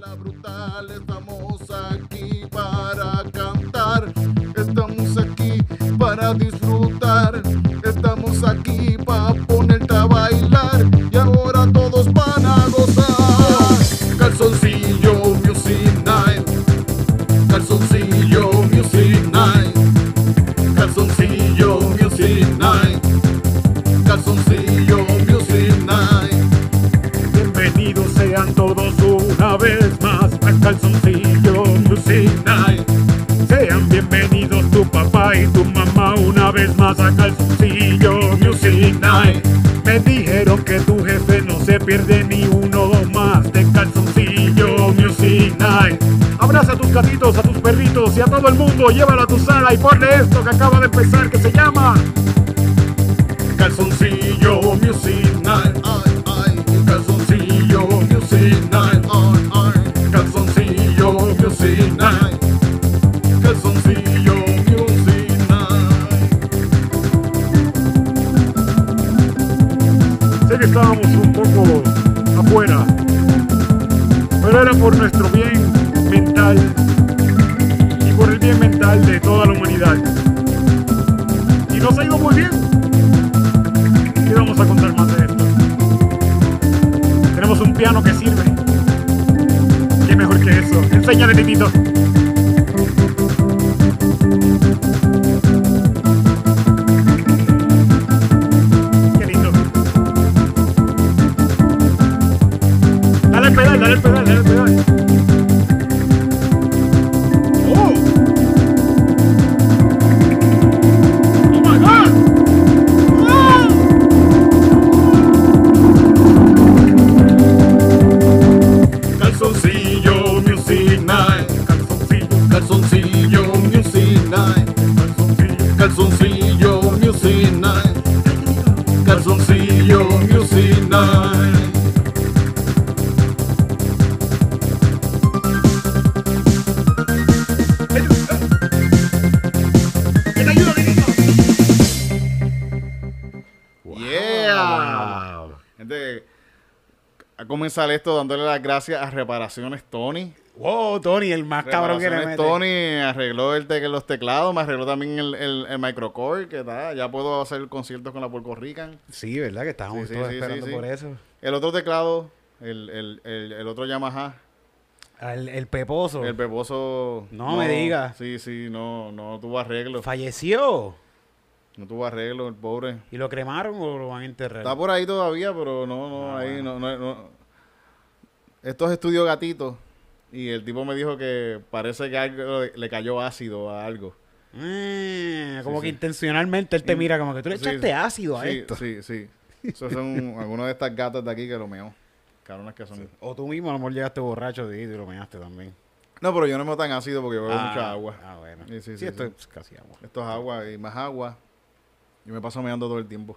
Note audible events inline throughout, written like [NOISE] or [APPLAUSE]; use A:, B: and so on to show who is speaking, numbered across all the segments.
A: La brutal, estamos aquí para cantar, estamos aquí para disfrutar, estamos aquí para ponerte a bailar y ahora todos van a gozar. Calzoncillo Music Night, calzoncillo Music Night, calzoncillo Music Night, calzoncillo Music Night.
B: Bienvenidos sean todos una vez más a Calzoncillo Music Night. Sean bienvenidos tu papá y tu mamá una vez más a Calzoncillo Music Night. Me dijeron que tu jefe no se pierde ni uno más de Calzoncillo Music Night. Abraza a tus gatitos, a tus perritos y a todo el mundo. Llévala a tu sala y ponle esto que acaba de empezar que se llama Calzoncillo Music Night.
A: Ay, ay,
B: Calzoncillo Music Night.
A: ay, ay.
B: Calzoncillo Music Night.
A: Calzoncillo Music Night.
B: Sé que estábamos un poco afuera, pero era por nuestro bien mental y por el bien mental de toda la humanidad. Y nos ha ido muy bien. Y vamos a contar más de esto. Tenemos un piano que sirve. ¿Qué mejor que eso? Enséñale, Titito. Qué lindo. Dale al pedal, dale al pedal, dale al pedal. ¡Oh! ¡Oh my god! ¡Oh!
A: Calzoncillo Music Night.
B: Calzoncillo,
A: Calzoncillo Music Night.
B: calzoncillo,
A: Calzoncillo Music Night. Calzoncillo Music Night.
B: ¡Que te ayudo, Benito!
A: Yeah. Gente, a comenzar esto dándole las gracias a Reparaciones Tony.
C: Wow, Tony, el más cabrón que le
A: Reparaciones
C: mete.
A: Tony arregló el tec- los teclados, me arregló también el, el, el microcore, que está, ya puedo hacer conciertos con la Puerto Rican.
C: Sí, ¿verdad? Que estábamos
A: Sí, sí,
C: todos
A: sí,
C: esperando
A: sí, sí.
C: por eso.
A: El otro teclado, el, el, el, el otro Yamaha,
C: Al- el peposo.
A: el peposo...
C: Oh. No me diga.
A: Sí, sí, no, no tuvo arreglo.
C: falleció.
A: No tuvo arreglo, el pobre.
C: ¿Y lo cremaron o lo van a enterrar?
A: Está por ahí todavía, pero no, no,
C: Ah,
A: ahí
C: bueno.
A: no, no, no. Estos estudios gatitos. Y el tipo me dijo que parece que algo le, le cayó ácido a algo.
C: Mm, como
A: Sí,
C: que
A: sí.
C: intencionalmente él te
A: Mm.
C: mira como que tú le
A: Sí,
C: echaste
A: sí.
C: ácido a
A: sí,
C: esto.
A: Sí, sí. Esos
C: [LAUGHS]
A: son algunas de estas gatas de aquí que lo meó. Cabronas que son.
C: O tú mismo a lo mejor llegaste borracho de ahí y te lo measte también.
A: No, pero yo no me tan ácido porque bebo
C: Ah,
A: mucha agua.
C: Ah, bueno.
A: Sí, sí,
C: Sí,
A: sí,
C: esto
A: sí.
C: es casi agua.
A: Esto es agua y más agua. Yo me paso meando todo el tiempo.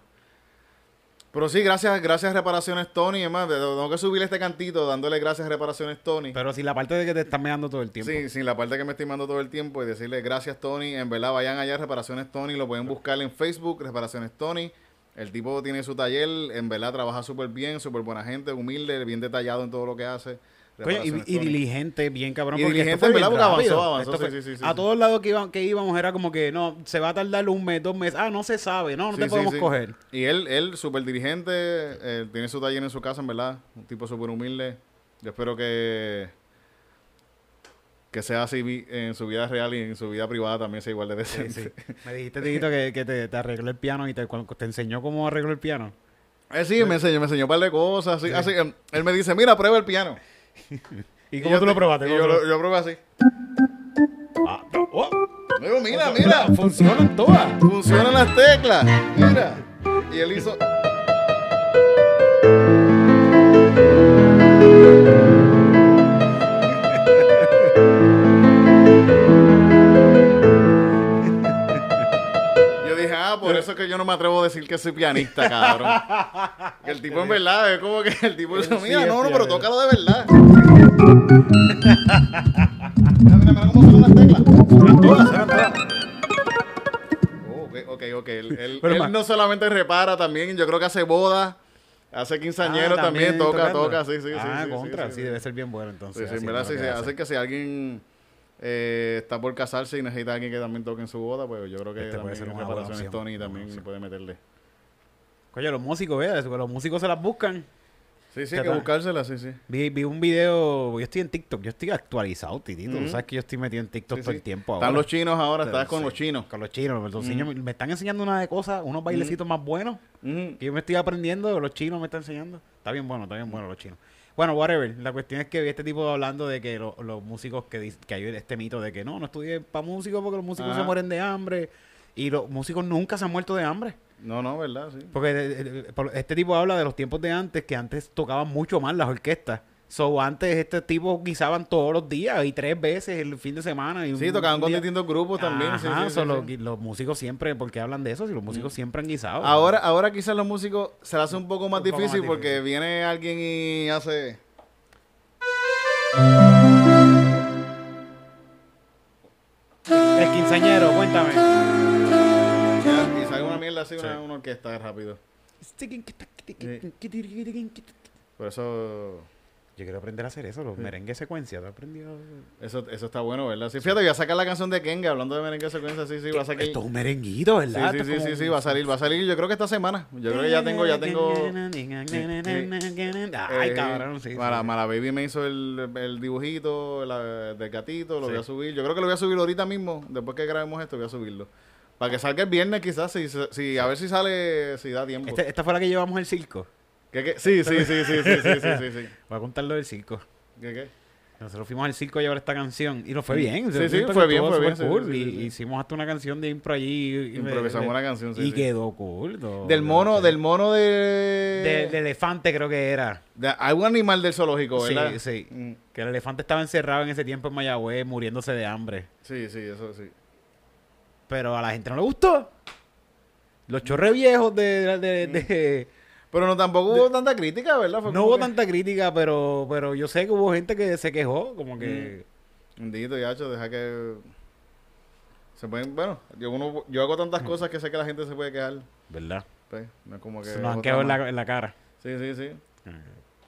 A: Pero sí, gracias, gracias Reparaciones Tony. Es más, tengo que subir este cantito dándole gracias a Reparaciones Tony.
C: Pero si la parte de que te están meando todo el tiempo.
A: Sí, sí, la parte que me estoy mandando todo el tiempo y decirle gracias Tony, en verdad vayan allá a Reparaciones Tony, lo pueden buscar en Facebook, Reparaciones Tony. El tipo tiene su taller, en verdad trabaja súper bien, súper buena gente, humilde, bien detallado en todo lo que hace.
C: Coño, y,
A: Reparaciones
C: y
A: Tony.
C: diligente, bien cabrón.
A: Y
C: porque esto
A: diligente,
C: fue
A: en
C: bien
A: verdad, porque avanzó,
C: rápido.
A: avanzó,
C: Esto
A: sí,
C: fue-
A: sí, sí,
C: a
A: sí.
C: todos lados que, iban- que íbamos era como que no, se va a tardar un mes, dos meses. Ah, no se sabe, no, no
A: Sí,
C: te
A: sí,
C: podemos
A: sí.
C: coger.
A: Y él, él súper dirigente, eh, tiene su taller en su casa, en verdad, un tipo súper humilde. Yo espero que que sea así vi- en su vida real y en su vida privada también sea igual de
C: Sí,
A: decente.
C: sí. [LAUGHS] Me dijiste, Tito, que, que te, te arregló el piano y te, cuando te enseñó cómo arregló el piano.
A: Eh, sí, me enseñó, me enseñó un par de cosas. Así, así, em, él me dice, mira, prueba el piano.
C: ¿Y cómo tú lo probaste?
A: y
C: ¿Cómo
A: yo,
C: tú lo-
A: lo- yo probé así.
C: Ah, no, oh,
A: Me digo, mira,
C: oh,
A: mira, [LAUGHS]
C: Funcionan todas.
A: funcionan las teclas. Mira. Y él hizo. Yo dije, ah, por eso es que yo no me atrevo a decir que soy pianista, cabrón. Que el tipo en verdad es como que el tipo dice,
C: sí
A: mira,
C: es
A: no, no, pero
C: pianero.
A: tócalo de verdad. [LAUGHS] Mira, mira, mira cómo suenan las teclas.
C: Funcionan todas, funcionan todas.
A: Oh, ok, ok, ok. Él, él-
C: Pero
A: él
C: más- [LAUGHS]
A: no solamente repara también, yo creo que hace bodas. Hace quinceañero también, toca, toca, sí, sí, sí.
C: Ah,
A: sí,
C: contra, sí,
A: sí, sí.
C: debe ser bien bueno
A: Sí,
C: entonces.
A: sí,
C: así
A: ¿verdad?
C: es lo
A: Sí,
C: que
A: sí,
C: hace.
A: Así que si alguien eh, está por casarse y necesita a alguien que también toque en su boda, pues yo creo que
C: Este
A: también
C: puede ser
A: en
C: una buena
A: reparaciones
C: opción,
A: Tony
C: una buena
A: también
C: opción.
A: puede meterle.
C: Coño, los músicos, ¿verdad? Eso, Los músicos se las buscan.
A: Sí, sí,
C: ¿Qué
A: hay que
C: tal?
A: buscársela, sí, sí.
C: Vi, vi un video, yo estoy en TikTok, yo estoy actualizado, titito. Tú
A: Ujú.
C: sabes que yo estoy metido en TikTok
A: Sí,
C: todo
A: sí.
C: el tiempo
A: Están
C: ahora.
A: los chinos ahora, estás
C: Pero
A: con
C: sí,
A: los chinos.
C: Con los chinos. los chinos me- Me están enseñando una de cosas, unos bailecitos más buenos
A: Ujú.
C: que yo me estoy aprendiendo, los chinos me están enseñando. Está bien bueno, está bien bueno los chinos. Bueno, whatever. La cuestión es que vi este tipo hablando de que lo- los músicos que, dic- que hay este mito de que no, no estudié para músicos porque los músicos se
A: Ajá.
C: mueren de hambre. Y los músicos nunca se han muerto de hambre.
A: No, no, ¿verdad? Sí.
C: Porque eh, eh, por- este tipo habla de los tiempos de antes, que antes tocaban mucho más las orquestas. So, antes este tipo guisaban todos los días y tres veces el fin de semana. Y
A: Sí,
C: un-
A: tocaban
C: un
A: con
C: día-
A: distintos grupos también. sí,
C: Ajá,
A: sí, sí,
C: so,
A: sí. Mm.
C: Los, los músicos siempre, porque hablan de eso? Si los músicos siempre han guisado.
A: Ahora, ahora quizás los músicos se le hace un poco más
C: Ah, Un poco más
A: difícil
C: difícil.
A: porque viene alguien y hace.
C: El quinceañero, cuéntame.
A: ya, Y sale una mierda así, una,
C: Sí.
A: una orquesta rápido. Eh. Por eso.
C: Yo quiero aprender a hacer eso, los merengues secuencia. ¿Te has aprendido?
A: Eso, eso está bueno, ¿verdad? Sí, fíjate, voy a sacar la canción de Kenga, hablando de merengue secuencia, sí, sí, va a sacar.
C: Esto es un merenguito,
A: Sí,
C: ¿verdad?
A: sí,
C: Esto
A: sí,
C: es
A: sí,
C: como-
A: sí, va a salir, va a salir, yo creo que esta semana. Yo creo que ya tengo, ya tengo.
C: Ay,
A: eh,
C: cabrón, sí. sí.
A: Mara, Mara Baby me hizo el, el dibujito la- del gatito, lo
C: Sí.
A: voy a subir. Yo creo que lo voy a subir ahorita mismo, después que grabemos esto, voy a subirlo. Para que salga el viernes quizás, si, si, a ver si sale, si da tiempo.
C: Este- esta fue la que llevamos al circo.
A: ¿Qué, qué? Sí, sí, sí, sí, sí, sí, sí, sí,
C: [LAUGHS]
A: sí.
C: Voy a contar lo del circo.
A: ¿Qué, qué?
C: Nosotros fuimos al circo a llevar esta canción y nos fue bien.
A: Sí,
C: Yo
A: sí,
C: siento
A: fue
C: que
A: bien,
C: estuvo
A: fue bien,
C: súper
A: sí,
C: cool,
A: sí, sí,
C: y-
A: sí.
C: y Hicimos hasta una canción de impro allí. y-
A: Improvisamos una canción, sí,
C: Y
A: sí.
C: quedó cool. no,
A: Del mono,
C: no sé.
A: del mono de...
C: De, de elefante creo que era.
A: de algún animal del zoológico,
C: Sí,
A: ¿verdad?
C: sí.
A: Mm,
C: Que el elefante estaba encerrado en ese tiempo en Mayagüez muriéndose de hambre.
A: Sí, sí, eso sí.
C: Pero a la gente no le gustó. Los chorres viejos de... de- de- de-
A: Pero no tampoco hubo tanta crítica, ¿verdad? Fue
C: no
A: como
C: hubo
A: que-
C: tanta crítica, pero, pero yo sé que hubo gente que se quejó, como que...
A: Bendito, yacho, deja que... Se pueden... Bueno, yo, uno, yo hago
C: Mm.
A: tantas cosas que sé que la gente se puede quejar.
C: ¿Verdad?
A: pues, no es como que...
C: Se nos han
A: otra
C: quedado en
A: más.
C: la, en la cara.
A: Sí, sí, sí.
C: Mm.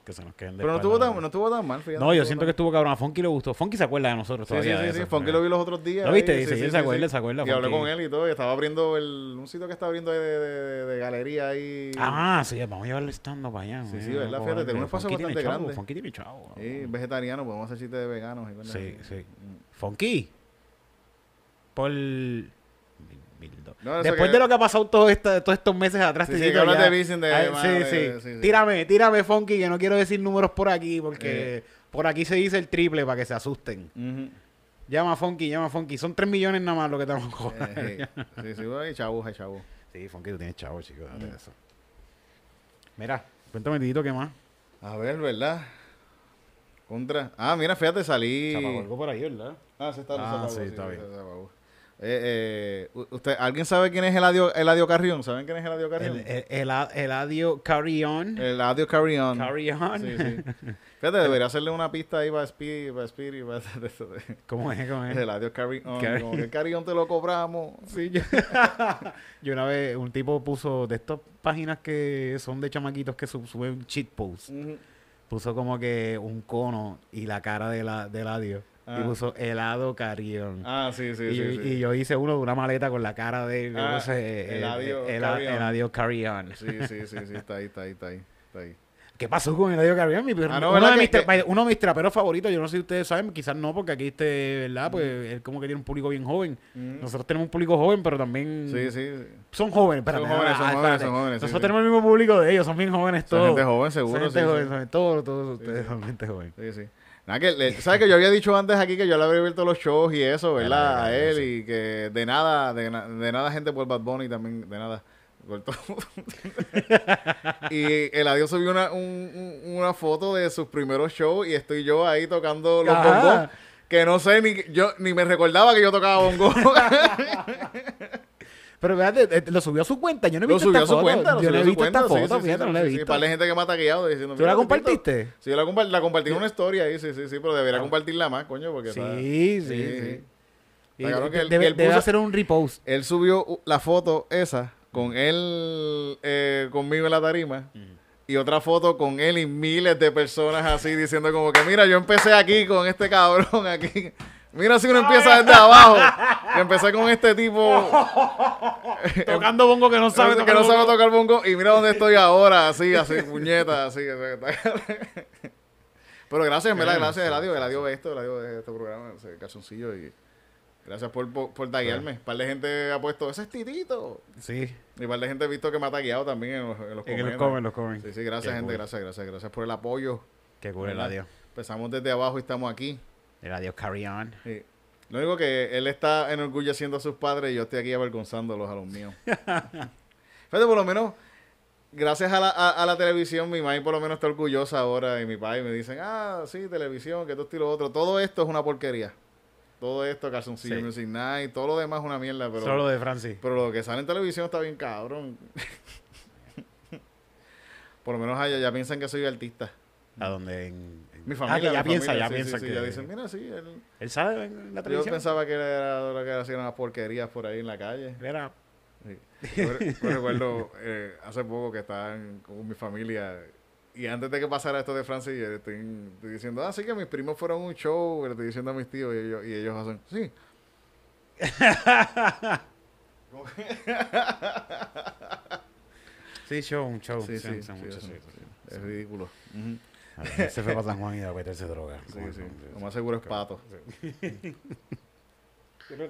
C: Que se nos queden de
A: Pero no
C: espalda,
A: estuvo, tan, no estuvo tan mal, fíjate.
C: No, yo siento que estuvo cabrón. A Funky le gustó. Funky se acuerda de nosotros
A: Sí, sí,
C: todavía.
A: sí,
C: de
A: sí.
C: eso.
A: Funky lo vi los otros días.
C: ¿Lo viste?
A: ahí,
C: Sí, sí, él se acuerda, él se acuerda,
A: Y hablé
C: Funky.
A: con él y todo. y estaba abriendo el, un sitio que está abriendo ahí de, de- de galería ahí.
C: Ah, sí, vamos a llevarle estando para allá.
A: Sí, sí,
C: mira,
A: ¿verdad?
C: loco,
A: Fíjate,
C: grande.
A: tiene un espacio
C: Funky tiene
A: bastante
C: chavo,
A: grande.
C: Funky tiene chavo.
A: Sí, vegetariano, podemos hacer chistes de veganos. y cosas
C: Sí,
A: así.
C: sí. Funky. Por. mil- mil do-
A: No, eso
C: Después
A: que-
C: de lo que ha pasado todo esta- todos estos meses atrás,
A: Sí, sí,
C: Titito,
A: que hablas
C: ya-
A: de Vicen, de-
C: Ay,
A: madre,
C: sí, sí.
A: sí, sí.
C: Tírame, tírame, Funky, que no quiero decir números por aquí,
A: Eh.
C: porque por aquí se dice el triple para que se asusten.
A: Ujú.
C: Llama a Funky, llama a Funky. Son 3 millones nada más lo que estamos cobrando.
A: Eh, sí,
C: [LAUGHS]
A: sí, sí, bueno, y chavos, hay chavos.
C: Sí, Funky, tú tienes chavo, chico. Date eso. Mira, cuéntame, Titito, ¿qué más?
A: A ver, ¿verdad? Contra. Ah, mira, fíjate, salí.
C: Se apagó algo por ahí, ¿verdad?
A: Ah, sí, está,
C: Ah,
A: se apagó,
C: sí, está
A: se-
C: bien.
A: se apagó. Eh, eh, u- usted, ¿Alguien sabe quién es Eladio, Eladio Carrión? ¿Saben quién es Eladio Carrión?
C: El, el, el, a- el adio Carry On.
A: Eladio Carrión.
C: Carry On.
A: Sí, sí. Fíjate, debería hacerle una pista ahí para Speedy, para Speedy, para [LAUGHS] hacer eso de-
C: [LAUGHS] ¿Cómo es? ¿Cómo es?
A: El adiós carry on.
C: Carry-
A: Como que [LAUGHS] el carry on te lo cobramos.
C: [LAUGHS] Sí, yo... [LAUGHS] yo una vez, un tipo puso de estas páginas que son de chamaquitos que sub- suben cheat posts.
A: Ujú.
C: Puso como que un cono y la cara de la, del adio.
A: Ah.
C: Y puso helado carrión.
A: Ah, sí, sí,
C: y,
A: sí.
C: yo-
A: sí.
C: y yo hice uno de una maleta con la cara de él.
A: Ah,
C: yo puse, eh,
A: Eladio
C: eh, el,
A: Carry On.
C: Eladio Carry On.
A: Sí, sí, sí, sí, está ahí, está ahí, está ahí. Está
C: [LAUGHS]
A: ahí.
C: ¿Qué pasó con el Eladio Carrión? Mi-
A: Ah, no,
C: uno,
A: ¿verdad
C: de
A: que-
C: mis tra-
A: que-
C: uno de mis traperos favoritos, yo no sé si ustedes saben, quizás no, porque aquí este, ¿verdad? Pues él como que tiene un público bien joven.
A: Mm.
C: Nosotros tenemos un público joven, pero también...
A: Sí, sí. sí.
C: Son jóvenes, espérate.
A: Son jóvenes,
C: ah,
A: son
C: ah,
A: jóvenes,
C: espérate.
A: son jóvenes, sí,
C: Nosotros
A: sí.
C: tenemos el mismo público de ellos, son bien jóvenes
A: Son
C: todos.
A: gente joven,
C: Son
A: seguro.
C: gente
A: sí,
C: joven,
A: sí.
C: son- todos, todos ustedes
A: sí.
C: son gente joven.
A: Sí, sí. Nada que le- ¿Sabes que yo había dicho antes aquí que yo le había abierto los shows y eso, ¿verdad?
C: Claro,
A: A
C: claro,
A: él
C: sí.
A: y que de nada, de, na- de nada gente por Bad Bunny también, de nada. por todo. [LAUGHS] y el adiós subió una, un- un- una foto de sus primeros shows y estoy yo ahí tocando los
C: Ajá.
A: bongos. Que no sé, ni yo ni me recordaba que yo tocaba bongo.
C: Pero fíjate, eh, lo subió a su cuenta, yo no he
A: lo
C: visto
A: subió
C: esta
A: a su
C: foto.
A: cuenta. lo
C: yo no
A: subió
C: he
A: a su
C: visto esta
A: cuenta, sí,
C: foto,
A: sí, sí,
C: fíjate,
A: sí,
C: no la he
A: sí, sí,
C: visto.
A: para la gente que me ha taqueado diciendo...
C: ¿Tú la
A: "Mira, Tito".
C: compartiste?
A: Sí, yo la, compa- la compartí en una historia ahí, sí, sí, sí, pero debería compartirla más, coño, porque... está-
C: Sí, sí, sí. Y
A: Está claro que él-
C: debe
A: que él
C: debe
A: puso-
C: hacer
A: [LAUGHS]
C: un repost.
A: Él uh,
C: Mm.
A: subió u- la foto esa con él eh, conmigo en la tarima y otra foto con él y miles de personas así diciendo como que mira, yo empecé aquí con este cabrón aquí. Mira si uno empieza desde abajo. que empecé con este tipo
C: [LAUGHS] Tocando bongo que no sabe
A: que
C: tocar
A: no sabe
C: bongo.
A: tocar bongo y mira dónde estoy ahora, así,
C: [LAUGHS]
A: así, puñeta, así. o sea, está- Pero gracias, en verdad, gracias, Eladio, Eladio ve esto, Eladio ve este programa, ese calzoncillo y gracias por, por, por taguearme. Un par de gente ha puesto, ese es Titito.
C: Sí,
A: Y un par de gente he visto que me ha tagueado también en los, en los
C: en los
A: comentarios.
C: comen, los comen.
A: Sí, sí, gracias, gente, gracias, gracias, gracias por el apoyo.
C: Que cubre el
A: ¿verdad?
C: adiós.
A: Empezamos desde abajo y estamos aquí.
C: El adiós carry on.
A: Sí. Lo único que él está enorgulleciendo a sus padres y yo estoy aquí avergonzándolos a los
C: [LAUGHS]
A: míos. Fíjate, por lo menos, gracias a la, a, a la televisión, mi mami por lo menos está orgullosa ahora y mi padre me dicen, ah, sí, televisión, que esto y lo otro. Todo esto es una porquería. Todo esto, Calzoncillo
C: Sí.
A: Music Night, todo lo demás es una mierda, pero...
C: Solo de Francis.
A: Pero lo que sale en televisión está bien cabrón. [LAUGHS] Por lo menos allá ya piensan que soy artista.
C: A donde en, en-
A: Mi
C: Ah, que
A: familia.
C: ya
A: mi
C: piensa,
A: familia,
C: ya
A: sí,
C: piensa
A: sí,
C: que
A: sí, ya dicen, mira, sí, él-
C: él sabe en la
A: yo
C: televisión.
A: pensaba que era lo que hacían unas porquerías por ahí en la calle.
C: Era [LAUGHS]
A: Sí. Yo, re- yo recuerdo eh, hace poco que estaban con mi familia y antes de que pasara esto de Francis, yo le estoy, estoy diciendo, ah, sí que mis primos fueron a un show, le estoy diciendo a mis tíos y ellos, y ellos hacen, sí.
C: Sí, show, un show.
A: Sí, sí,
C: son
A: sí,
C: muchos,
A: sí,
C: sí,
A: sí.
C: sí.
A: Es ridículo. Ujú.
C: A ver, Se fue para San Juan y a meterse droga.
A: Sí, sí. Lo más seguro es pato. O sea,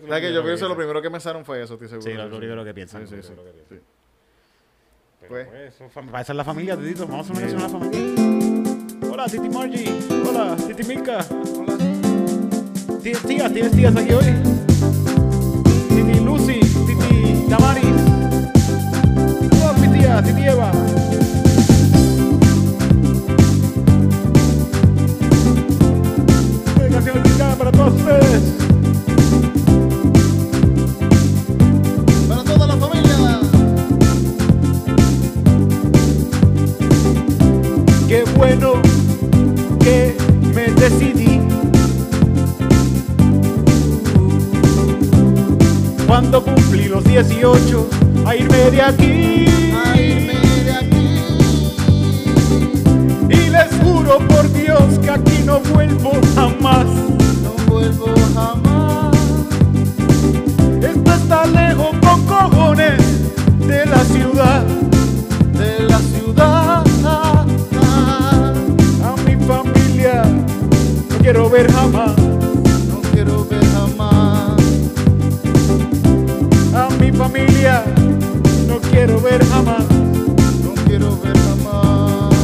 C: ¿Sabes
A: que yo pienso lo primero que pensaron fue eso, estoy seguro.
C: Sí, lo primero que piensan.
A: Sí, sí, sí.
C: lo primero que
A: sí.
C: piensan. Pero,
A: Pues.
C: pues, eso, fam- para esa es la familia, Titito. Vamos a hacer una canción a la familia. Hola, Titi Margie. Hola, Titi Milka. ¿Tienes tías? ¿Tienes tías aquí hoy? Titi Lucy, Titi Tamari. Todas mis tías, Titi Eva. Una canción dedicada para todos ustedes.
A: Para toda la familia.
C: Qué bueno que me decidí. Cuando cumplí los 18, a irme de aquí.
A: A irme de aquí.
C: Y les juro por Dios que aquí no vuelvo jamás.
A: No vuelvo jamás.
C: Esto está lejos con cojones de la ciudad.
A: De la ciudad.
C: A mi familia no quiero ver jamás.
A: No quiero ver jamás.
C: A mi familia no quiero ver jamás.
A: No quiero ver jamás.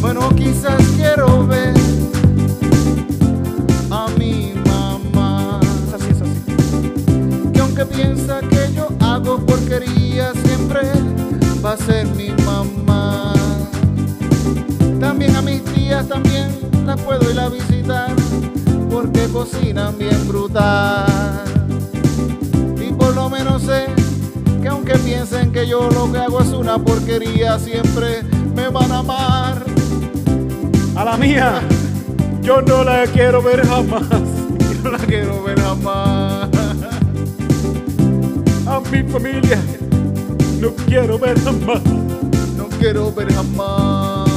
A: Bueno, quizás quiero ver a mi mamá.
C: Es así, es así.
A: que aunque piensa que yo hago porquería siempre va a ser mi mamá. También a mis tías también las puedo ir a visitar porque cocinan bien brutal. Y por lo menos sé que aunque piensen que yo lo que hago es una porquería siempre me van a amar. [LAUGHS]
C: A la mía, yo no la quiero ver jamás.
A: Yo la quiero ver jamás.
C: A mi familia, no quiero ver jamás.
A: No quiero ver jamás.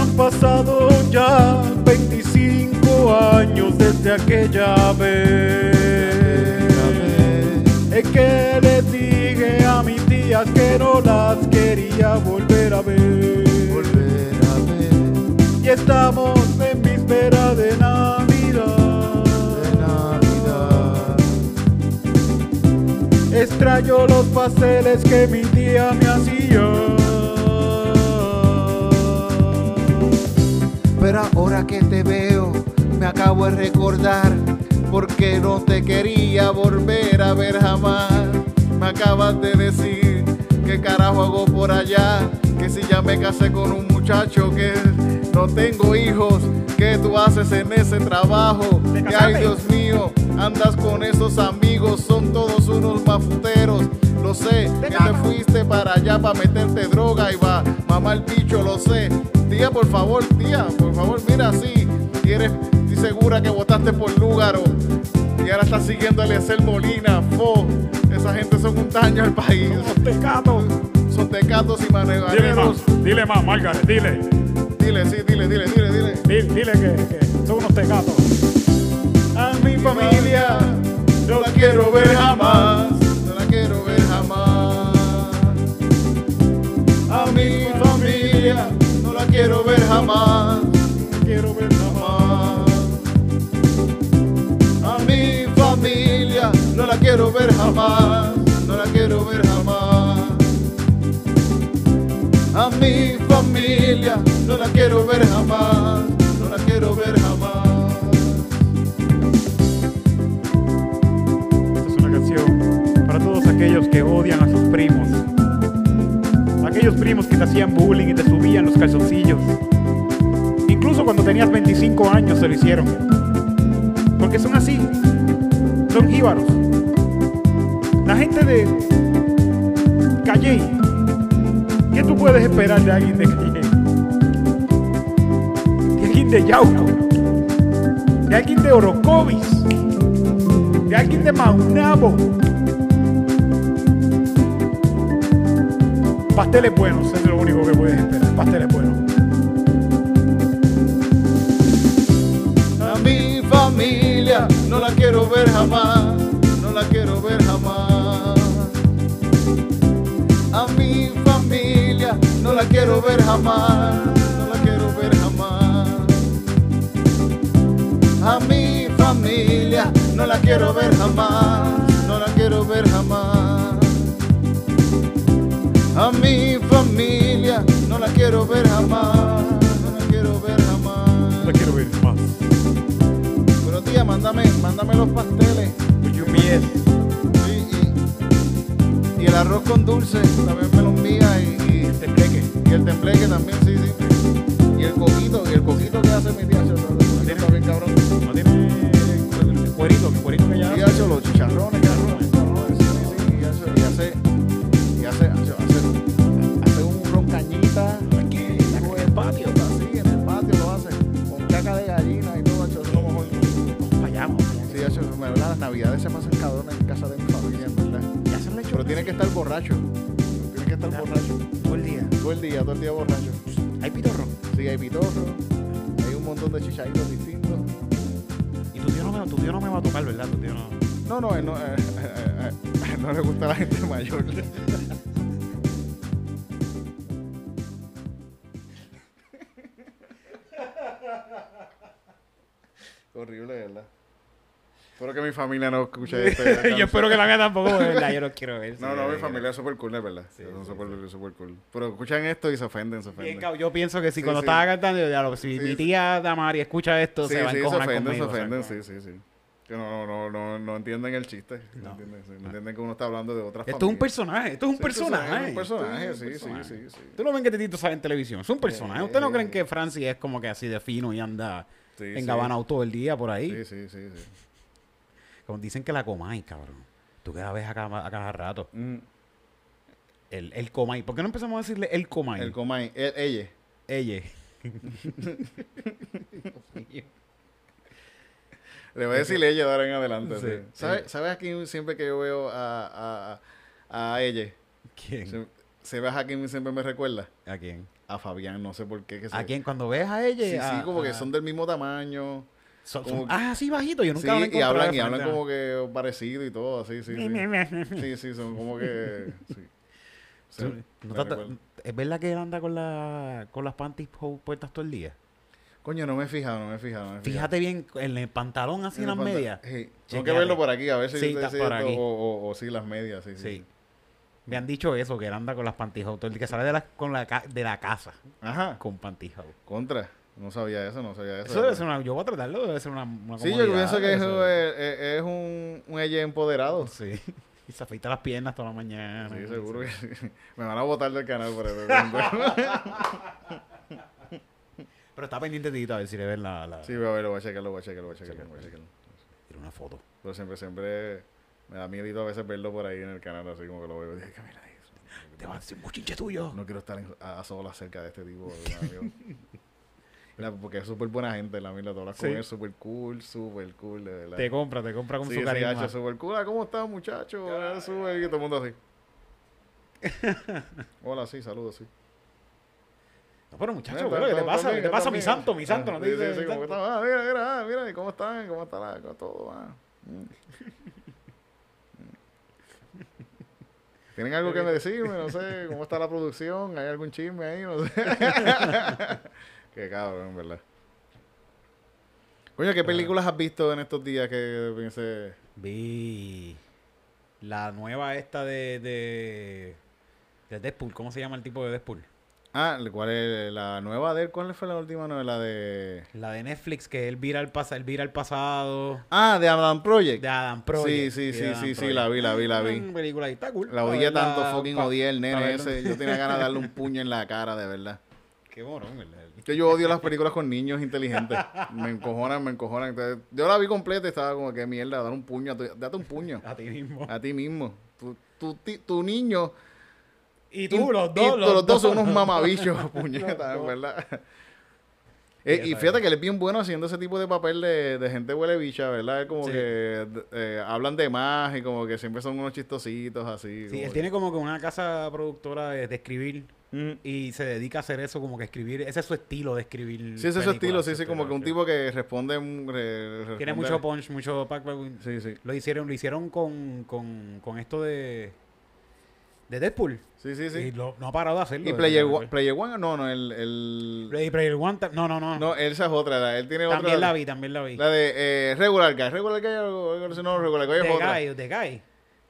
C: Han pasado ya 25 años desde aquella vez. Es que le dije a mi tía que no las quería volver a ver.
A: volver a ver
C: Y estamos en víspera de Navidad.
A: de Navidad.
C: Extraño los pasteles que mi tía me hacía.
A: Pero ahora que te veo, me acabo de recordar porque no te quería volver a ver jamás. Me acabas de decir que carajo hago por allá, que si ya me casé con un muchacho que no tengo hijos, que tú haces en ese trabajo.
C: ¿Te
A: Que ay
C: casaste?
A: Dios mío, andas con esos amigos, son todos unos mafuteros. Lo sé, que te fuiste para allá para meterte droga y va, mamá el bicho, lo sé. Tía, por favor, tía, por favor, mira así. Y eres estoy segura que votaste por Lúgaro. Y ahora estás siguiendo a Eliezer Molina, fo. Esa gente son un daño al país.
C: Los pecados.
A: son tecatos y
B: Dile más,
A: manejaneros.
B: dile más, Margaret, dile.
A: Dile, sí, dile, dile, dile, dile.
B: Dile, dile que, que son unos tecatos.
C: A mi familia.
A: Familia, no la quiero ver jamás. No la quiero ver jamás. A mi familia, no la quiero ver jamás.
C: Quiero ver jamás.
A: jamás. A mi familia, no la quiero ver jamás. No la quiero ver jamás. A mi familia, no la quiero ver jamás. No la quiero ver jamás.
B: Esta es una canción para todos aquellos que odian a sus primos. Aquellos primos que te hacían bullying y te subían los calzoncillos. Incluso cuando tenías 25 años se lo hicieron. Porque son así. Son íbaros. La gente de Calle. ¿Qué tú puedes esperar de alguien de Calle? De alguien de Yauco. De alguien de Orocovis de alguien de Maunabo. Pasteles buenos es lo único que puedes esperar. Pasteles buenos.
A: A mi familia no la quiero ver jamás, no la quiero ver jamás. A mi familia no la quiero ver jamás, no la quiero ver jamás. A mi familia no la quiero ver jamás, no la quiero ver jamás. A mi familia no la quiero ver jamás, no la quiero ver jamás.
B: No quiero ver más.
A: Buenos días, mándame, mándame los pasteles Sí, y, y el arroz con dulce también me lo envía y, y el tembleque. Y el tembleque también, sí, sí. Y el coquito, y el coquito que hace mi tía Cholo. Aquí está bien cabrón.
C: No tiene
B: pues,
C: el cuerito, el cuerito que ya.
A: Tía Cholo, los chicharrones, que arroz, chicharrones, sí, sí, sí. Y hace, y hace, y hace, hace, hace, hace un roncañita. Aquí, en el patio. Así, en el patio lo hace. Con caca de gallina y todo, hacho, eso como joder.
C: Fallamos.
A: Sí, hacho, en verdad, las navidades se pasan cabrones en casa de mi familia, en verdad.
C: Ya se lo he hecho.
A: Pero tiene que estar borracho. Tiene que estar borracho.
C: todo el día.
A: Todo el día, todo el día borracho.
C: Hay pitorro.
A: Sí, hay pitorro, hay un montón de chichaditos distintos.
C: Y tu tío no me, tu tío no me va a tocar, ¿verdad? Tu tío no.
A: No, no, él no, eh, eh, eh, no le gusta a la gente mayor. [LAUGHS] Horrible, ¿verdad? Espero que mi familia no escuche esto.
C: [LAUGHS] Yo espero que la mía tampoco, de ¿verdad? [LAUGHS] Yo no quiero ver.
A: No, no, mi familia es súper cool, es verdad. Son súper súper cool. Pero escuchan esto y se ofenden, se
C: Bien,
A: ofenden.
C: cab- yo pienso que si
A: Sí,
C: cuando
A: sí.
C: estaba cantando, yo, ya lo, si
A: Sí,
C: mi
A: sí.
C: tía Damari escucha esto,
A: Sí,
C: se va a
A: sí, se
C: encojonar
A: ofenden,
C: conmigo. o
A: se
C: sea,
A: ofenden,
C: como-
A: sí, sí, sí. Que no, no, no, no entienden el chiste. No, entienden, sí, no entienden que uno está hablando de otras
C: Ah. Esto es
A: familias.
C: un personaje, esto es un
A: Sí,
C: personaje.
A: Un personaje,
C: esto es
A: sí,
C: un personaje.
A: sí, sí, sí.
C: Ustedes no ven que Titito sale en televisión, es un personaje. ¿Ustedes no creen que Francis es como que así de fino y anda
A: Sí,
C: en
A: sí.
C: Gabanao todo el día por ahí?
A: Sí, sí, sí, sí.
C: Como dicen que la comáis, cabrón. Tú que la ves a cada, a cada rato.
A: Mm,
C: El, el comáis. ¿Por qué no empezamos a decirle el comáis?
A: El Comay, el- ella.
C: Ella.
A: Le voy a decir ella de ahora en adelante.
C: Sí,
A: sí.
C: sí.
A: ¿Sabes, ¿Sabes aquí siempre que yo veo a, a, a- a ella?
C: ¿Quién?
A: Se, se ve a quién siempre me recuerda.
C: ¿A quién?
A: A Fabián, no sé por qué. Que se-
C: ¿A quién? Cuando ves a ella.
A: Sí, sí,
C: a-
A: como que
C: a-
A: son del mismo tamaño.
C: son-
A: como-
C: son- ah, sí, bajito. Yo nunca
A: Sí,
C: lo he
A: y
C: encontrado
A: hablan,
C: de
A: y hablan
C: frente,
A: como que parecido y todo, así, sí, sí.
C: [LAUGHS]
A: Sí, sí, son como que... Sí. Sí,
C: Tú-
A: me
C: no te-
A: recuerda.
C: ¿Es verdad que él anda con, la, con las panties po- puestas todo el día?
A: Coño, no me he fijado, no me he fijado. No me he fijado.
C: Fíjate bien en el pantalón así,
A: Sí,
C: las
A: me falta-
C: medias.
A: sí. Tengo que
C: Chequéate.
A: verlo por aquí, a ver si
C: Sí,
A: si-
C: está
A: si-
C: por
A: o-
C: aquí.
A: O, o- o sí, las medias, sí, sí.
C: Sí.
A: sí.
C: Me han dicho eso, que él anda con las pantijotas, todo el día, que sale de la, con la, ca- de la casa
A: Ajá,
C: con pantijotas.
A: contra. No sabía eso, no sabía eso.
C: Eso debe ser una, yo voy a tratarlo, debe ser una, una
A: Sí, yo
C: comodidad,
A: pienso que
C: debe
A: es,
C: ser-
A: es- es un, un ella empoderado. Sí,
C: Sí. Y se afeita las piernas toda la mañana.
A: seguro que sí. [LAUGHS] Me van a botar del canal por
C: [LAUGHS]
A: eso.
C: Pero está pendiente de ti, a ver si le ven la... la-
A: sí, voy a ver, lo voy a checarlo, voy a checarlo, voy a checarlo, voy a checarlo.
C: Tiene una foto.
A: Pero Pues siempre, siempre me da miedo a veces verlo por ahí en el canal, así como que lo veo. y Dije, "Que mira eso.
C: Te va a decir un chinche tuyo.
A: No quiero estar en- a, a solas cerca de este tipo.
C: [LAUGHS]
A: de amigo. La- porque es súper buena gente, la mierda. Tú hablas con
C: Sí.
A: él, súper cool, súper cool, de verdad.
C: te compra, te compra con
A: sí,
C: su
A: sí,
C: cariño.
A: hacho, súper cool. Ah, ¿Cómo estás, muchacho? Ah, súper, y todo el mundo así. [LAUGHS] Hola, sí, saludos, sí.
C: No, pero muchacho,
A: Mira,
C: güey, ¿qué
A: está-
C: te
A: está
C: pasa? ¿Qué
A: bien,
C: te
A: está
C: pasa? Mi
A: bien.
C: santo, mi santo.
A: Ah,
C: No te
A: sí, sí,
C: dice
A: sí,
C: mi
A: como que
C: santo.
A: está, ah, mira, mira, ah, mira, ¿cómo están? ¿Cómo está la, cómo todo? ah? Mm. ¿Tienen algo que me decirme? No sé, ¿cómo está la producción? ¿Hay algún chisme ahí? No sé. [LAUGHS] qué cabrón, en ¿verdad?
C: Ah.
A: Coño, ¿qué películas has visto en estos días que piense
C: Vi la nueva esta de, de, de Deadpool. ¿Cómo se llama el tipo de Deadpool?
A: Ah, ¿cuál es la nueva de él? ¿Cuál fue la última novela de...?
C: La de Netflix, que él vira el, pasa, él vira el pasado.
A: Ah, de Adam Project.
C: De Adam Project.
A: sí,
C: de
A: sí,
C: Adam
A: sí, sí,
C: Project.
A: la vi, la vi, la vi.
C: Una película ahí, está cool.
A: La
C: Pa'
A: odié tanto,
C: verla,
A: fucking
C: pa-
A: odié el
C: pa'
A: nene
C: verla.
A: ese. Yo tenía ganas de
C: [LAUGHS]
A: darle un puño en la cara, de verdad.
C: Qué morón, ¿verdad?
A: Que yo odio las películas con niños inteligentes. Me encojonan, me encojonan. Entonces, yo la vi completa y estaba como que mierda, dar un puño, a tu- date un puño
C: [LAUGHS] A ti mismo.
A: a ti mismo. Tu, tu, ti- tu niño.
C: Y tú, los dos.
A: los, dos son unos
C: los [LAUGHS]
A: mamabichos, puñetas,
C: dos.
A: ¿verdad? Eh, y
C: Mierda,
A: fíjate
C: eh.
A: que él es bien bueno haciendo ese tipo de papel de, de gente huele bicha, ¿verdad? Es como
C: Sí.
A: que eh, hablan de más y como que siempre son unos chistositos así.
C: Sí,
A: como
C: él
A: que-
C: tiene como que una casa productora de, de escribir
A: Mm.
C: y se dedica a hacer eso, como que escribir. Ese es su estilo de escribir.
A: Sí, ese es su
C: películas,
A: estilo, sí, sí,
C: etcétera,
A: como que un
C: etcétera.
A: tipo que responde... mm, re- re-
C: Tiene
A: responde-
C: mucho punch, mucho pack. pack-
A: Sí, sí.
C: Lo hicieron, lo hicieron con, con, con esto de, de Deadpool.
A: Sí, sí,
C: Y
A: sí.
C: lo- no ha parado de hacerlo.
A: ¿Y
C: de
A: Player
C: verdad,
A: One? Player One? No, no, el... el...
C: Ready Player One. ta- No, no, no.
A: No, esa es otra. la- él tiene otra...
C: también la vi, también la vi.
A: La de eh, Regular Guy. Regular Guy, algo- algo así, no, Regular Guy es
C: The
A: otra.
C: Guy, The Guy.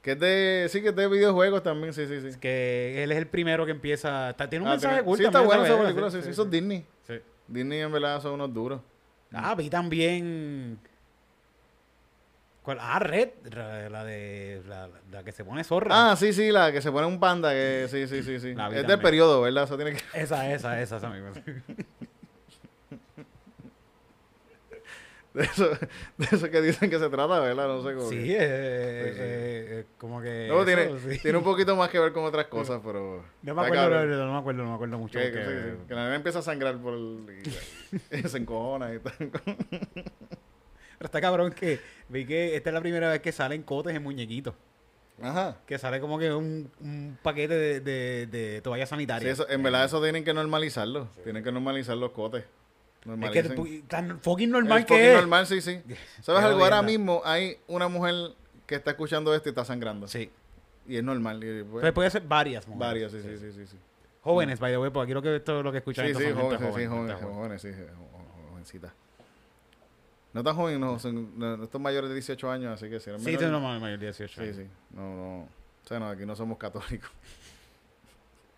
A: Que es de... Sí, que es de videojuegos también, sí, sí, sí.
C: Que él es el primero que empieza. está- tiene un
A: Ah,
C: mensaje
A: tiene-
C: cool
A: sí, está
C: también,
A: buena esa
C: ¿sabes?
A: película, sí, sí, eso es Disney.
C: sí.
A: Disney en verdad son unos duros.
C: Ah, vi también. ¿Cuál? Ah, Red, la la de la, la que se pone zorra.
A: Ah, sí, sí, la que se pone un panda, que sí, sí, sí, sí. Es
C: La vi
A: del
C: también.
A: periodo, ¿verdad? Eso tiene que... [LAUGHS]
C: Esa, esa, esa, esa misma. eh,
A: De eso, de eso que dicen que se trata, ¿verdad? No sé cómo. que-
C: Sí, eh, eh,
A: sí.
C: eh, eh, como que.
A: Luego tiene,
C: eso, sí.
A: tiene un poquito más que ver con otras cosas, pero.
C: No
A: está
C: me acuerdo,
A: cabrón.
C: no, me acuerdo, no me acuerdo mucho.
A: Que, que-
C: porque-
A: que- que la nena empieza a sangrar por el. [LAUGHS] y- y se encojona y tal.
C: Pero está cabrón que vi que esta es la primera vez que salen cotes en muñequitos.
A: Ajá.
C: Que sale como que un, un paquete de, de, de toallas
A: Sí,
C: sanitarias.
A: eso, en verdad, eso tienen que normalizarlo. Tienen que normalizar los cotes.
C: es que
A: Normalicen.
C: pu- tan fucking
A: Es
C: normal
A: fucking
C: que es.
A: normal, sí,
C: [LAUGHS]
A: sí. ¿Sabes
C: Qué
A: algo? Ahora
C: jodienda.
A: mismo hay una mujer que está escuchando esto y está sangrando.
C: Sí.
A: Y es normal. y, pues,
C: Pero puede ser varias, mujeres.
A: varios, sí, sí, sí. sí, sí.
C: Jóvenes, by the way, porque aquí lo que, todo lo que escuchan
A: Sí,
C: estos
A: sí,
C: son gente
A: jóvenes, sí,
C: joven,
A: jóvenes,
C: gente joven.
A: jóvenes, sí, jo- jo- jovencitas. No tan jóvenes, no, son, no, estos mayores de 18 años, así que si eres
C: Sí,
A: menor-
C: tiene una ma- mayor de 18
A: sí,
C: años.
A: sí, no, no, o sea, no, aquí no somos católicos,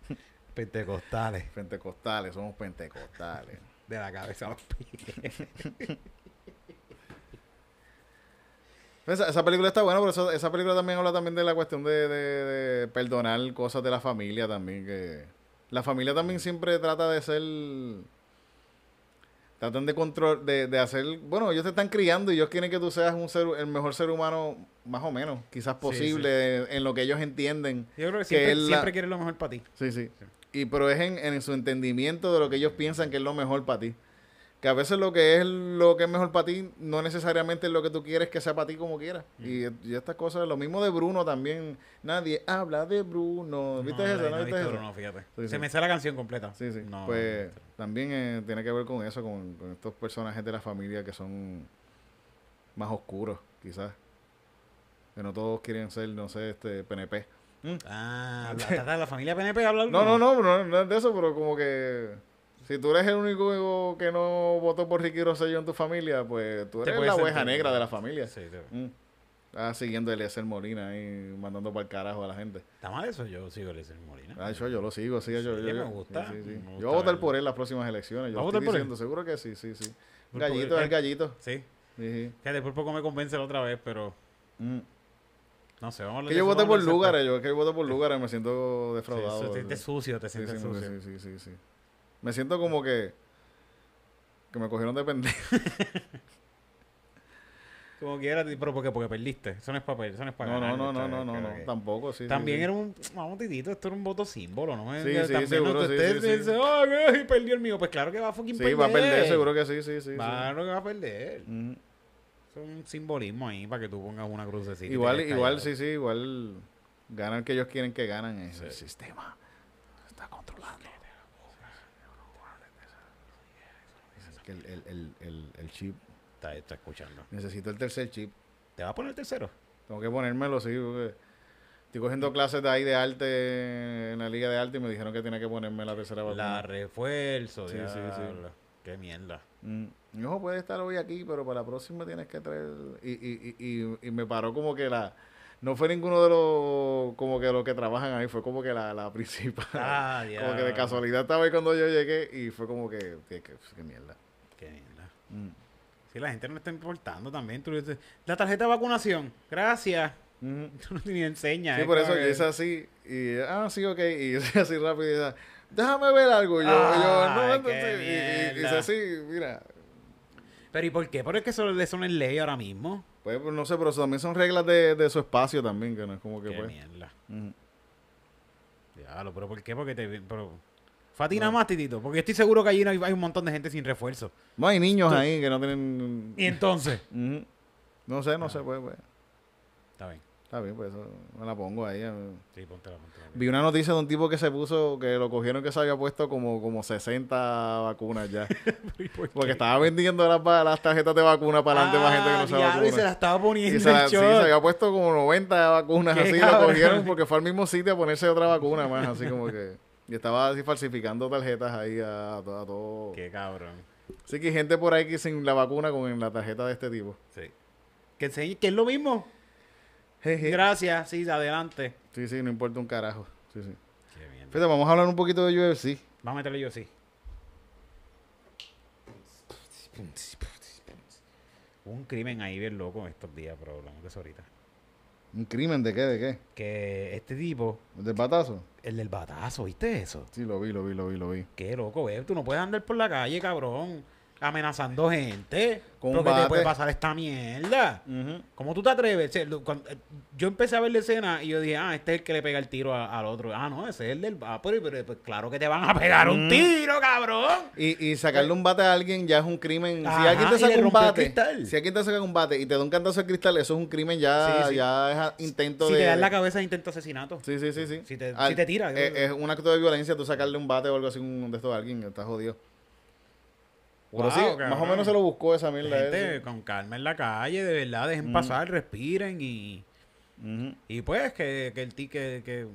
A: [LAUGHS]
C: Pentecostales.
A: pentecostales, somos pentecostales.
C: De la cabeza a los pies.
A: Esa, esa película está buena, pero eso- esa película también habla también de la cuestión de, de- de perdonar cosas de la familia también, que la familia también siempre trata de ser, tratan de control, de, de hacer, bueno, ellos te están criando y ellos quieren que tú seas un ser, el mejor ser humano más o menos, quizás posible, en lo que ellos entienden.
C: Yo creo que
A: Que
C: siempre,
A: es la-
C: siempre quiere lo mejor para ti.
A: Sí, sí. Y pero es en, en su entendimiento de lo que ellos piensan que es lo mejor para ti. Que a veces lo que es lo que es mejor para ti no necesariamente es lo que tú quieres que sea para ti como quieras. Y, y estas cosas, lo mismo de Bruno también. Nadie habla de Bruno. ¿Viste
C: no,
A: eso? ¿No
C: he
A: viste
C: visto
A: eso?
C: Bruno, fíjate.
A: Sí,
C: Se
A: sí.
C: me sale la canción completa.
A: Sí, sí.
C: No,
A: pues
C: no, no.
A: también eh, tiene que ver con eso, con, con estos personajes de la familia que son más oscuros, quizás. Que no todos quieren ser, no sé, este PNP. [LAUGHS]
C: Ah, la, la- la familia PNP habla
A: No, no, no, no, no es de eso, pero como que si tú eres el único que no votó por Ricky Rosselló en tu familia, pues tú
C: Te
A: eres
C: puedes
A: la oveja
C: sentir.
A: negra de la familia.
C: Sí, sí.
A: Mm. Ah, siguiendo a Eliezer Molina ahí, mandando para el carajo a la gente.
C: Está mal eso, yo sigo el Eliezer Molina.
A: Ah, yo, yo lo sigo, sí, yo,
C: Sí,
A: yo-
C: me
A: yo-
C: gusta,
A: sí, sí, sí.
C: me gusta
A: Yo voy a votar
C: verlo.
A: por él las próximas elecciones. Yo
C: ¿Vas a
A: lo estoy
C: votar por él?
A: diciendo, seguro que sí, sí, sí.
C: Por-
A: Gallito
C: por-
A: es el gallito.
C: Sí.
A: Sí, sí.
C: Fíjate, por poco me convence la otra vez, pero
A: Mm.
C: no sé, vamos a hablar
A: Que
C: de
A: yo
C: eso,
A: voté por
C: vamos a hablar de eso
A: lugares, yo es que yo voto por lugares, me siento
C: después. Sí,
A: defraudado.
C: eso te, te
A: ¿verdad?
C: sucio, te
A: Sí,
C: sientes
A: sí,
C: sucio.
A: sí, sí, sí, sí. Me siento como que que me cogieron de pendejo.
C: Como quieras, pero ¿por qué? Porque perdiste. Eso no es papel, eso no es para
A: No, no,
C: ganar,
A: no,
C: esto
A: no,
C: es-
A: no, no,
C: creo
A: no,
C: que-
A: tampoco, sí. sí,
C: También
A: sí.
C: era un. Vamos, titito, esto era un voto símbolo, ¿no?
A: Sí,
C: Eh,
A: sí,
C: también
A: seguro,
C: usted-
A: sí,
C: usted
A: sí, sí.
C: dice, "Ay, ay, perdió el mío. Pues claro que va a fucking
A: Sí,
C: perder.
A: va a perder, seguro que sí, sí, sí. sí.
C: Claro que va a perder.
A: Mm.
C: Es un simbolismo ahí para que tú pongas una crucecita. y te
A: Igual,
C: quedes
A: igual,
C: callado.
A: sí, sí, igual Ganan el que ellos quieren que ganan. Es el
C: Sí.
A: sistema. Está controlando. Es que el, el- el- el- el chip.
C: Está, está escuchando.
A: Necesito el tercer chip.
C: ¿Te va a poner el tercero?
A: Tengo que ponérmelo, sí. porque estoy cogiendo clases de ahí de arte en la liga de arte y me dijeron que tenía que ponerme la tercera Mm.
C: La
A: vacuna.
C: refuerzo,
A: Sí, sí, sí.
C: diablo. Qué mierda.
A: Mm, Mi hijo puede estar hoy aquí, pero para la próxima tienes que traer. Y, y, y, y, y me paró como que la. No fue ninguno de los como que los que trabajan ahí, fue como que la, la [LAUGHS] principal. [LAUGHS]
C: Ah,
A: como que de
C: diablo.
A: casualidad estaba ahí cuando yo llegué y fue como que. que, que- que mierda.
C: Qué mierda.
A: Mm.
C: Si la gente no está importando también, tú le dices, la tarjeta de vacunación, gracias. [LAUGHS]
A: Ujú.
C: Tú no ni enseñas.
A: Sí,
C: es
A: por
C: como
A: eso
C: que-
A: yo hice así. Y ah, sí, ok. Y [LAUGHS] yo hice así rápido. Y ella, déjame ver algo. Y Yo,
C: Ah,
A: yo no,
C: qué
A: entonces. y- Y, y hice
C: mierda.
A: así, mira.
C: Pero ¿y por qué? Porque eso, eso no es ley ahora mismo.
A: Pues pues, no sé, pero eso también son reglas de, de su espacio también, que no es como que
C: Qué
A: pues.
C: mierda.
A: Ujú.
C: Diablo, pero ¿por qué? Porque te... Pero... Fue a ti
A: No.
C: nada más, titito. Porque yo estoy seguro que allí no hay, hay un montón de gente sin refuerzo.
A: No hay niños
C: Tú-
A: ahí que no tienen.
C: Y entonces...
A: Ujú. No sé, no
C: Ah.
A: sé, pues, pues.
C: [LAUGHS] Está bien.
A: Está bien, pues eso me la pongo ahí. eh.
C: Sí, póntela, póntela.
A: Vi una noticia de un tipo que se puso, que lo cogieron que se había puesto como, como 60 vacunas ya.
C: [LAUGHS] ¿Y por [LAUGHS] qué? Ah,
A: Porque estaba vendiendo las, va- las tarjetas de vacuna para la demás gente que no se
C: diablo,
A: vacuna.
C: [LAUGHS] y se la estaba poniendo
A: Y se, la-
C: el
A: sí,
C: short.
A: se había puesto como 90 vacunas
C: Qué
A: así,
C: cabrón.
A: lo cogieron porque fue al mismo sitio a ponerse otra vacuna más, así como que... Y estaba así falsificando tarjetas ahí a, a to- a todo.
C: Qué cabrón.
A: Así que hay gente por ahí que sin la vacuna con la tarjeta de este tipo.
C: Sí. Que, enseñe- que es lo mismo.
A: Jeje.
C: Gracias, sí, adelante.
A: Sí, sí, no importa un carajo. Sí, sí.
C: Qué mierda.
A: Fíjate, vamos a hablar un poquito de UFC.
C: Vamos a meterle yo así. Hubo un crimen ahí bien loco estos días, pero hablamos de eso ahorita.
A: ¿Un crimen de qué? ¿De qué?
C: Que este tipo,
A: ¿Del batazo?
C: el del batazo, ¿viste eso?
A: Sí, lo vi, lo vi, lo vi, lo vi.
C: Qué loco, eh. Tú no puedes andar por la calle, cabrón, amenazando gente.
A: Con
C: Porque
A: bate.
C: te puede pasar esta mierda. ¿Cómo tú te atreves? O sea, lo- cuando- eh, yo empecé a ver la escena y yo dije, ah, este es el que le pega el tiro a- al otro. Ah, no, ese es el del... Ah, pero, pero- pues claro que te van a pegar un
A: Mm.
C: tiro, cabrón.
A: Y, y sacarle un bate a alguien ya es un crimen. si
C: Ajá,
A: alguien te
C: y le
A: saca un
C: rompió el
A: bate,
C: cristal.
A: si alguien te saca un bate y te da un cantazo al cristal, eso es un crimen ya,
C: Sí, sí.
A: ya es a- intento
C: Si
A: de.
C: te das la cabeza, intento asesinato.
A: Sí, sí, sí, sí.
C: Si te-
A: Al-
C: si te tira.
A: Es, es un acto de violencia tú sacarle un bate o algo así un, de esto a alguien, está jodido. Pero
C: Guau,
A: sí, más o
C: cabrón.
A: menos se lo buscó esa mierda.
C: Gente,
A: él, sí.
C: con calma en la calle, de verdad, dejen
A: Mm.
C: pasar, respiren y...
A: Ujú.
C: Y pues que, que el ticket, que,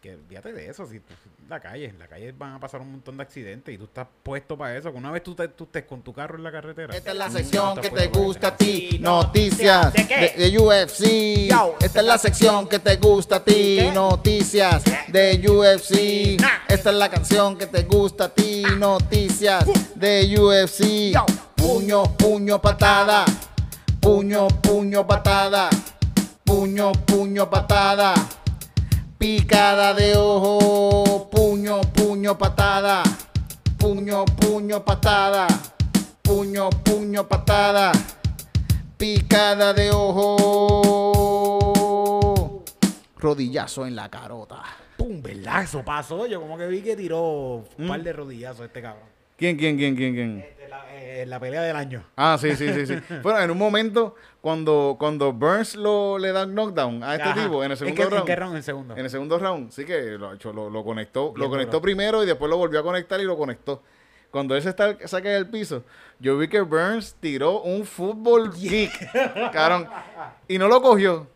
C: que olvídate de eso, si tú- la calle, en la calle van a pasar un montón de accidentes y tú estás puesto para eso, que una vez tú, te, tú estés con tu carro en la carretera.
D: Esta es la
C: tú
D: sección
C: estás
D: que te
C: puesto para
D: gusta a
C: eso.
D: ti. Noticias
E: ¿De qué?
D: de, de UFC.
E: Yo.
D: Esta es la sección que te gusta a ti.
E: ¿Qué?
D: Noticias de UFC. Esta es la canción que te gusta a ti. Noticias de UFC.
E: Yo.
D: Puño, puño, patada. Puño, puño, patada. Puño, puño, patada. Picada de ojo. Puño, puño, patada. Puño, puño, patada. Puño, puño, patada. Picada de ojo. Rodillazo en la carota.
C: ¡Pum! ¿Verdad? Eso pasó. Yo como que vi que tiró un par de rodillazos este cabrón.
A: ¿Quién, quién, quién, quién, quién?
C: Este, la, eh, la pelea del año.
A: Ah, sí, sí, sí,
C: [LAUGHS]
A: sí. bueno, en un momento, cuando, cuando Burns lo, le da knockdown a este
C: Ajá.
A: tipo en el segundo
C: qué-
A: round.
C: qué round? En el segundo.
A: En el segundo round, sí que lo, ha hecho, lo, lo conectó,
C: Bien
A: lo conectó
C: duro.
A: primero y después lo volvió a conectar y lo conectó. Cuando él se está, saca del piso, yo vi que Burns tiró un
C: [LAUGHS]
A: fútbol kick, cabrón, y no lo cogió.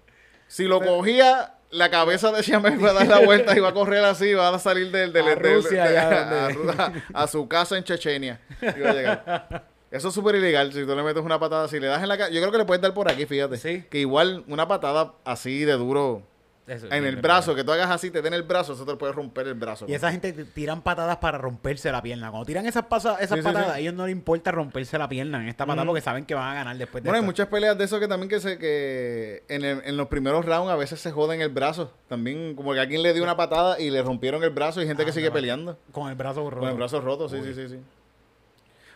A: Si lo cogía, la cabeza de Chamber iba a dar la vuelta y va a correr así, iba a salir del, del,
C: A
A: del-
C: Rusia,
A: de-
C: allá
A: a
C: donde-
A: Ru- a- a su casa en Chechenia. Iba a llegar. Eso es súper ilegal si tú le metes una patada. Si le das en la cara, yo creo que le puedes dar por aquí, fíjate.
C: Sí.
A: Que igual una patada así de duro
C: Eso,
A: en el
C: sí,
A: brazo, que tú hagas así, te den el brazo, eso te puede romper el brazo.
C: Y esa gente t- tiran patadas para romperse la pierna. Cuando tiran esas, pasa- esas
A: Sí, sí,
C: patadas,
A: sí.
C: a ellos no les importa romperse la pierna en esta patada
A: Ujú.
C: porque saben que van a ganar después de
A: Bueno, hay
C: esta.
A: muchas peleas de eso que también que se que en, el- en los primeros rounds a veces se joden el brazo. También como que alguien le dio una patada y le rompieron el brazo y gente que
C: Ah,
A: sigue
C: no.
A: peleando.
C: Con el brazo roto.
A: Con el brazo roto, sí,
C: Uy.
A: sí, sí, sí.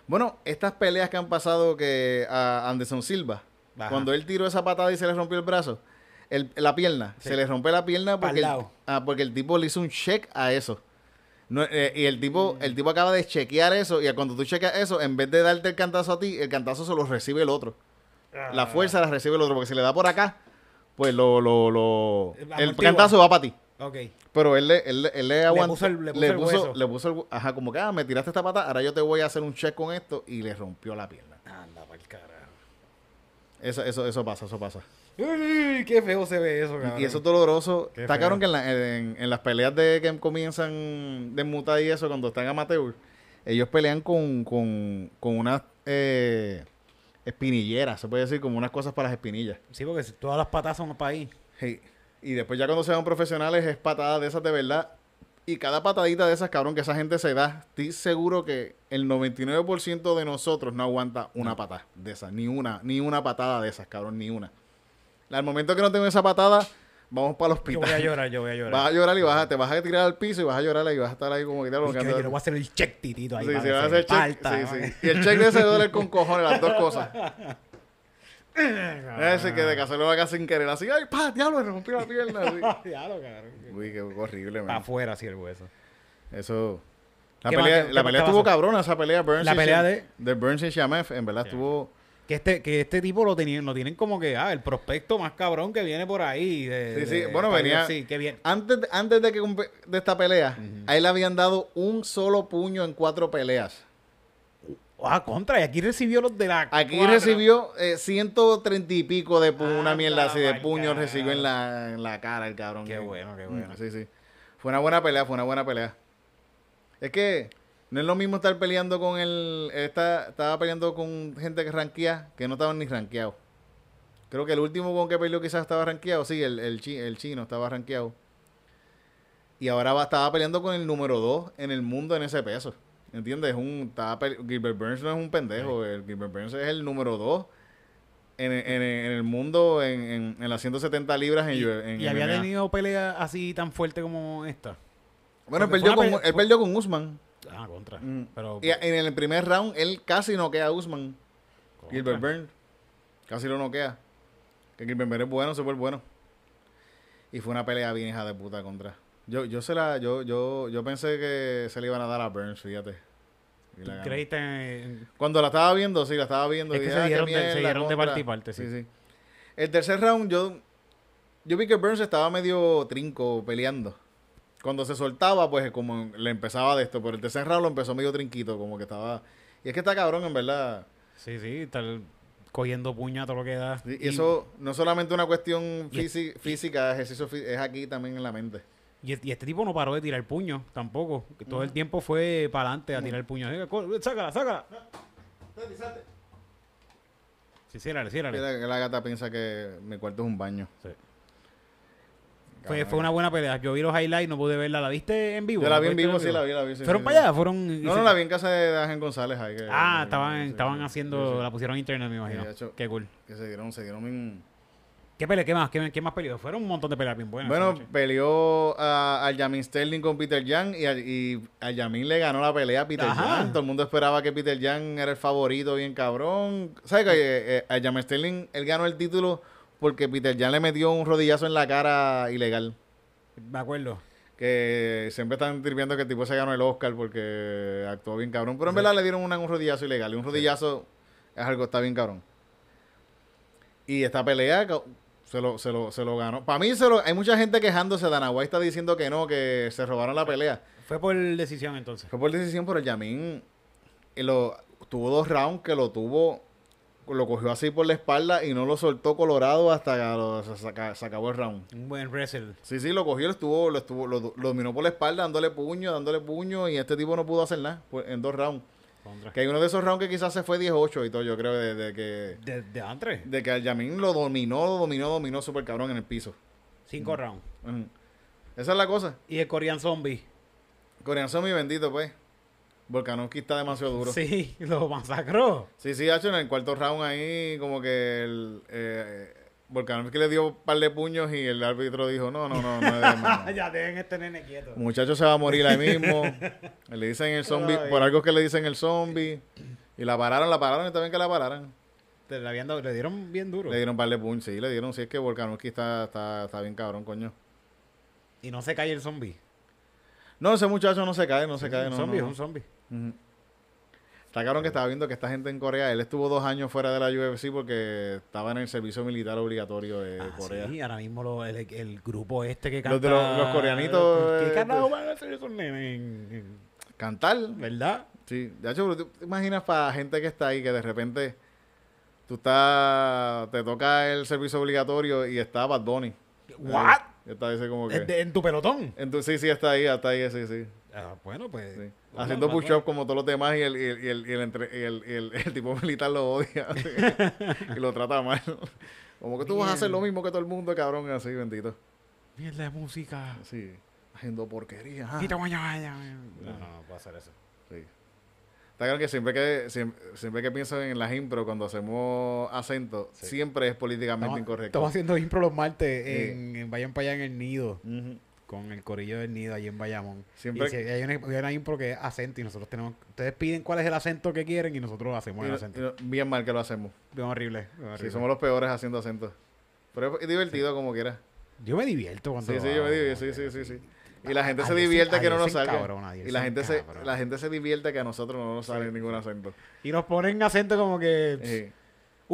A: Bueno, estas peleas que han pasado que a Anderson Silva,
C: Ajá.
A: cuando él tiró esa patada y se le rompió el brazo, el- la pierna,
C: Sí.
A: se le rompe la pierna
C: Pa'l
A: porque el,
C: lado.
A: ah, porque el tipo le hizo un check a eso. No, eh, y el tipo,
C: Mm.
A: el tipo acaba de chequear eso y cuando tú chequeas eso, en vez de darte
C: Ah.
A: el cantazo a ti, el cantazo se lo recibe el otro. La fuerza la recibe el otro porque si le da por acá, pues lo, lo, lo-
C: Eh,
A: el
C: amortigua.
A: cantazo va para ti.
C: Ok.
A: Pero él, le- él, le- él le aguantó.
C: puso el- le puso el hueso.
A: le puso el- Ajá, como que, ah, me tiraste esta pata, ahora yo te voy a hacer un check con esto y le rompió la pierna.
C: Anda pa'l carajo.
A: Eso, eso, eso pasa, eso pasa.
C: Uy, qué feo se ve eso, cabrón.
A: Y eso es doloroso.
C: Qué
A: Está
C: feo.
A: claro que en, la- en- en las peleas de que comienzan de muta y eso, cuando están amateur, ellos pelean con, con, con unas eh, espinilleras, se puede decir, como unas cosas para las espinillas.
C: Sí, porque si todas las patas son para ahí.
A: Sí. Y después ya cuando se van profesionales es patada de esas de verdad. Y cada patadita de esas, cabrón, que esa gente se da, estoy seguro que el 99% de nosotros no aguanta una patada de esas, ni una, ni una patada de esas, cabrón, ni una. Al momento que no tengo esa patada, vamos para el
C: Yo
A: hospital.
C: voy a llorar, yo voy a llorar.
A: Vas a llorar y vas a, te vas a tirar al piso y vas a llorar y vas a estar ahí como que te
C: Uy, que yo le voy a
A: bloqueando.
C: hacer el check titito ahí.
A: Sí,
C: para
A: sí,
C: que
A: vas a
C: se
A: hacer check.
C: parta,
A: sí,
C: ¿vale? [LAUGHS]
A: sí. Y el check de ese duele con cojones, las dos cosas. Ese que de casualidad lo haga sin querer, así, ay, pa, diablo, me rompió la pierna. así.
C: Ah, Diablo, cabrón.
A: Uy, qué horrible,
C: Para
A: man.
C: afuera, así el hueso.
A: Eso. La
C: ¿Qué
A: pelea,
C: más? ¿Qué-
A: la
C: qué-
A: pelea
C: qué
A: estuvo
C: pasó?
A: cabrona, esa pelea Burns
C: La
A: y
C: pelea
A: Shem-
C: de-
A: de Burns y Shamef, en verdad estuvo
C: Que este, que este tipo lo, tenían, lo tienen como que, ah, el prospecto más cabrón que viene por ahí. de-
A: Sí, sí,
C: de-
A: bueno,
C: para
A: venía-
C: UFC, que bien.
A: antes de, antes de que compe- de esta pelea, a él le habían dado un solo puño en cuatro peleas.
C: Ah, contra, y aquí recibió los de la.
A: Aquí
C: cuadra.
A: recibió eh, 130 y pico de pu- una
C: Anda,
A: mierda así de
C: mal
A: puños
C: carajo.
A: recibió en la, en la cara el cabrón.
C: Ah, Qué
A: Eh,
C: bueno, qué
A: mm,
C: bueno.
A: Sí, sí. Fue una buena pelea, fue una buena pelea. Es que no es lo mismo estar peleando con el... esta- estaba peleando con gente que ranquea, que no estaban ni ranqueados. Creo que el último con que peleó quizás estaba ranqueado, sí, el, el, chi- el chino estaba ranqueado. Y ahora va- estaba peleando con el número 2 en el mundo en ese peso. ¿Entiendes? Es Un, estaba pele- Gilbert Burns no es un pendejo. El Gilbert Burns es el número 2 en, en- en el mundo en, en- en las 170 libras en,
C: Y,
A: U- E, en
C: y había
A: MMA.
C: tenido pelea así tan fuerte como esta.
A: Bueno, él
C: porque
A: perdió,
C: fue
A: con,
C: una pelea-
A: él
C: fue-
A: perdió con Usman.
C: Ah, contra.
A: Mm.
C: Pero.
A: Y en el primer round él casi noquea a Usman.
C: contra.
A: Gilbert Burns casi lo noquea. Que Gilbert Burns es bueno, súper bueno. Y fue una pelea bien hija de puta contra. Yo, yo se la, yo, yo, yo pensé que se le iban a dar a Burns, fíjate. Y la
C: ¿Tú
A: ganó.
C: creíste en-
A: Cuando la estaba viendo, sí, la estaba viendo.
C: Es
A: y
C: que
A: dije,
C: se
A: "Ah, qué
C: dieron de- se
A: mierda,
C: dieron de
A: contra".
C: parte y parte, sí.
A: El tercer round, yo, yo vi que Burns estaba medio trinco peleando. Cuando se soltaba, pues como le empezaba de esto. Pero el tercer round lo empezó medio trinquito, como que estaba... Y es que está cabrón, en verdad.
C: Sí, sí, estar cogiendo puña todo lo que da.
A: Y, y eso no es solamente una cuestión
C: y-
A: físi- física, ejercicio fí- es aquí también en la mente.
C: Y, y este tipo no paró de tirar puños tampoco. que Todo el tiempo fue para adelante a tirar puños. Eh, co- Sácala, sácala. Sí, ciérrale, ciérrale.
A: Mira que la gata piensa que mi cuarto es un baño.
C: Sí. Fue, fue una buena pelea. Yo vi los highlights, no pude verla. ¿La viste en vivo?
A: Yo la
C: ¿No
A: vi en
C: pudiste
A: vivo,
C: verla
A: sí, la vi, la vi. sí,
C: pues, ¿Fueron
A: sí,
C: para
A: sí.
C: allá? ¿Fueron,
A: No, no, la vi en casa de Ángel González. ahí que-
C: Ah,
A: que-
C: estaban,
A: sí,
C: estaban
A: sí,
C: haciendo
A: sí, sí.
C: la pusieron en internet, me imagino.
A: de hecho.
C: Qué cool.
A: Que se dieron, se dieron en-
C: ¿Qué pelea? ¿Qué más? ¿Qué, qué más peleó? Fueron un montón de peleas bien buenas.
A: Bueno,
C: esa noche.
A: peleó a, a Jamin Sterling con Peter Yan y a, y a Yamin le ganó la pelea a Peter
C: Ajá.
A: Yan. Todo el mundo esperaba que Peter Yan era el favorito, bien cabrón. ¿Sabes que eh, eh, a Jamin Sterling él ganó el título porque Peter Yan le metió un rodillazo en la cara ilegal?
C: me acuerdo.
A: Que siempre están sirviendo que el tipo se ganó el Oscar porque actuó bien cabrón. Pero en verdad le dieron una- un rodillazo ilegal. Y un rodillazo es algo que está bien cabrón. Y esta pelea ca- se lo, se lo, se lo ganó. Para mí se lo, hay mucha gente quejándose. Dana White está diciendo que no, que se robaron la pelea.
C: Fue por decisión entonces.
A: Fue por decisión, pero el Yamin eh, lo, tuvo dos rounds que lo tuvo, lo cogió así por la espalda y no lo soltó colorado hasta que lo- se, saca- se acabó el round.
C: Un buen wrestle.
A: Sí, sí, lo cogió, lo estuvo, lo estuvo, lo, lo dominó por la espalda, dándole puño, dándole puño, y este tipo no pudo hacer nada pues, en dos rounds.
C: Contra.
A: Que hay uno de esos rounds que quizás se fue 18 y todo, yo creo, de, de que
C: De, de antes.
A: de que al Yamin lo dominó, lo dominó, dominó súper cabrón en el piso. Mm.
C: Cinco rounds.
A: Ujú. Esa es la cosa.
C: Y el Korean Zombie.
A: Coreano mi bendito, pues. Volkanovski está demasiado duro. Sí,
C: Sí, [LAUGHS] lo masacró.
A: sí, Hacho, en el cuarto round ahí, como que el eh, Volkanovski le dio un par de puños y el árbitro dijo, no, no, no, no, es de mano".
C: [LAUGHS] ya dejen este nene quieto.
A: muchacho se va a morir ahí mismo.
C: [LAUGHS]
A: le dicen el zombie,
C: Ay.
A: por algo que le dicen el zombie. Y la pararon, la pararon y también que la pararan.
C: Te la habían dado- le dieron bien duro.
A: Le dieron un par de punch, sí, le dieron. Si es que Volkanovski está, está, está bien cabrón, coño.
C: Y no se cae el zombie.
A: No, ese muchacho no se cae, no se cae.
C: un
A: No,
C: zombie
A: no,
C: es un zombie.
A: no. Ujú. Está cabrón que estaba viendo que esta gente en Corea, él estuvo dos años fuera de la UFC porque estaba en el servicio militar obligatorio de
C: Ah,
A: Corea.
C: sí, ahora mismo lo- el, el grupo este que canta...
A: Los de los- los coreanitos,
C: ¿Qué
A: eh,
C: carajo
A: de-
C: van a hacer esos nenes? en-
A: Cantar,
C: en- ¿Verdad?
A: sí. De hecho, pero tú te imaginas para gente que está ahí que de repente tú estás, te toca el servicio obligatorio y está Bad Bunny.
C: ¿What? Este-
A: Eh, Está ese como
C: En,
A: que...
C: en tu pelotón.
A: Entonces, sí, sí, está ahí, está ahí, sí, sí.
C: Ah, bueno, pues...
A: Sí.
C: bueno,
A: Haciendo
C: Bad
A: push-up como todos los demás y el, y el, y el, y el entre- y el- y el- el tipo [LAUGHS] militar lo
C: [LAUGHS]
A: odia así, y lo trata mal. Como que tú vas a hacer lo mismo que todo el mundo, cabrón, así, bendito.
C: Bunny. Mierda de música.
A: Sí, haciendo porquería. ah.
C: Quita, guaya, guaya, guaya. No, no, no puedo hacer eso.
A: Sí. Está claro que siempre que siempre, siempre que pienso en las impro, cuando hacemos acento, siempre es políticamente
C: Estamos-
A: incorrecto.
C: Estamos haciendo impro los martes
A: Sí.
C: en, en Vayan para allá en el nido.
A: Ujú.
C: Con el corillo del nido allí en Bayamón.
A: Siempre-
C: Y si hay, una, hay una impro que es acento y nosotros tenemos... Ustedes piden cuál es el acento que quieren y nosotros hacemos
A: Y
C: el
A: no-
C: acento.
A: y no- bien mal que lo hacemos.
C: Es horrible. bien
A: Sí,
C: horrible.
A: somos los peores haciendo acento. Pero es divertido como quiera.
C: Yo me divierto cuando
A: Sí, sí,
C: lo
A: yo me
C: hago,
A: divierto, sí,
C: porque-
A: sí, sí, sí. Y la gente
C: A
A: se
C: Dios
A: divierte
C: en-
A: que
C: a
A: no
C: Dios
A: nos salga.
C: encabrona, a Dios
A: y la gente, se,
C: encabrona.
A: la gente se divierte que a nosotros no nos sale ningún acento.
C: Y nos ponen acento como que
A: Eh,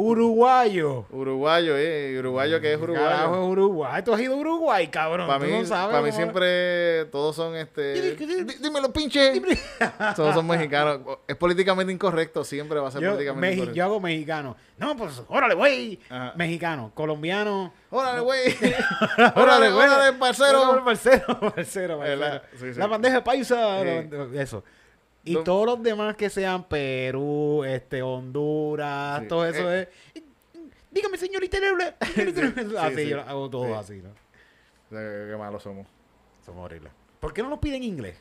C: uruguayo.
A: uruguayo, eh. Uruguayo que es
C: Carajo,
A: uruguayo.
C: es Uruguay. Tú has ido a Uruguay, cabrón.
A: Para
C: Tú
A: mí,
C: no sabes
A: pa' mí
C: cómo-
A: siempre todos son este. "Di- Dímelo,
C: [LAUGHS]
A: pinche. todos son mexicanos. Es políticamente incorrecto, siempre va a ser
C: Yo,
A: políticamente Ah.
C: mexi- yo
A: incorrecto.
C: hago mexicano. No, pues, órale, güey.
A: Ajá.
C: Mexicano, colombiano.
A: Órale,
C: [LAUGHS]
A: güey. Órale,
C: güey.
A: órale,
C: Órale,
A: parcero.
C: parcero, [LAUGHS] parcero,
A: ¿Verdad?
C: parcero.
A: Sí, sí.
C: La bandeja de paisa.
A: Sí.
C: la bande- Eso. Y
A: No.
C: todos los demás que sean Perú, este, Honduras,
A: Sí. Eh.
C: todo eso es. Dígame, señor Itereble. así,
A: sí.
C: Ah, yo lo hago todo
A: Sí.
C: así, ¿no?
A: O sea, Qué qué malos somos.
C: Somos horribles. ¿Por qué no nos piden inglés?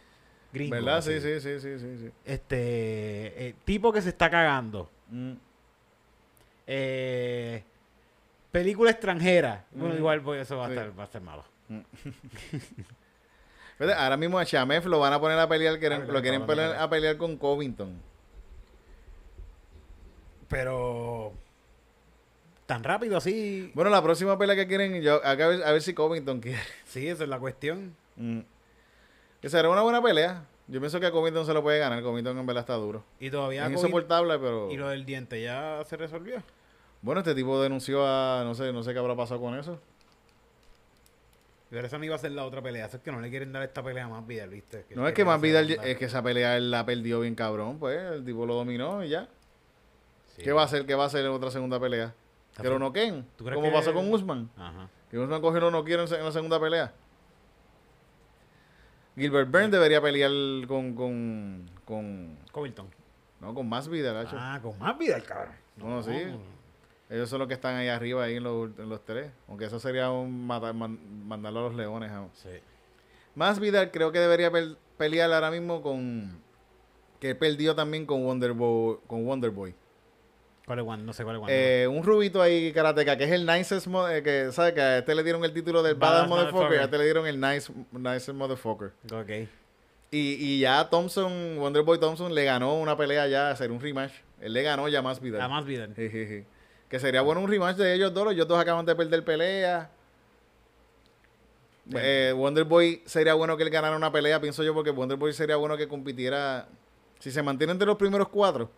C: Gringo.
A: ¿Verdad?
C: así.
A: Sí, sí, sí, sí, sí. sí.
C: Este. eh, tipo que se está cagando.
A: Mm.
C: Eh, película extranjera. Bueno,
A: Mm.
C: igual pues, eso va a,
A: Sí.
C: estar, va a estar malo.
A: Fíjate, Ahora mismo a Chamef lo van a poner a pelear, que
C: Ah,
A: lo quieren
C: cabrón,
A: pelear-
C: mira.
A: a pelear con Covington.
C: Pero. Tan rápido así.
A: Bueno, la próxima pelea que quieren, yo, acá a, ver, a ver si Covington quiere. [LAUGHS]
C: Sí, esa es la cuestión.
A: Mm. Que será una buena pelea. Yo pienso que a Covington se lo puede ganar. Covington en verdad está duro.
C: Y todavía.
A: es
C: COVID-
A: insoportable, pero...
C: y lo del diente ya se resolvió.
A: Bueno, este tipo denunció a... No sé, no sé qué habrá pasado con eso.
C: Pero esa no iba a ser la otra pelea. Eso es que no le quieren dar esta pelea a más Vidal, ¿viste?
A: no, es que más vida... Es que esa pelea él la perdió bien cabrón, pues. El tipo lo dominó y ya. ¿Qué va a hacer? ¿Qué va a hacer en otra segunda pelea?
C: Está
A: Que lo
C: fe-
A: noqueen.
C: ¿Tú crees
A: Como
C: que-
A: pasó con Usman.
C: Ajá.
A: Que Usman cogió lo no quiero en, se- en la segunda pelea. Gilbert Burns debería pelear con... con, con
C: Covington.
A: no, con más vida, gacho.
C: Ah, con más Vidal, cabrón.
A: Bueno, sí. Ellos son los que están ahí arriba, ahí en los, en los tres. Aunque eso sería un matar- man- mandarlo a los leones. ¿no?
C: Sí.
A: Más Vidal creo que debería pel- pelear ahora mismo con... Que perdió también con Wonderboy. Con Wonderboy.
C: ¿Cuál es Juan? No sé cuál es Juan.
A: Eh, un rubito ahí, karateca, que es el nicest... mo- eh, que, ¿Sabes? Que a este le dieron el título del Badass
C: Badass
A: Motherfucker.
C: Motherfucker.
A: A este le dieron el nice, Nicest Motherfucker.
C: ok.
A: Y, y ya Thompson, Wonderboy Thompson, le ganó una pelea ya, hacer un rematch. Él le ganó ya a más Vidal. Eh,
C: A más Vidal.
A: Jejeje. que sería bueno un rematch de ellos dos. Ellos dos acaban de perder pelea. Eh, Wonderboy sería bueno que él ganara una pelea, pienso yo, porque Wonderboy sería bueno que compitiera. Si se mantiene entre los primeros cuatro,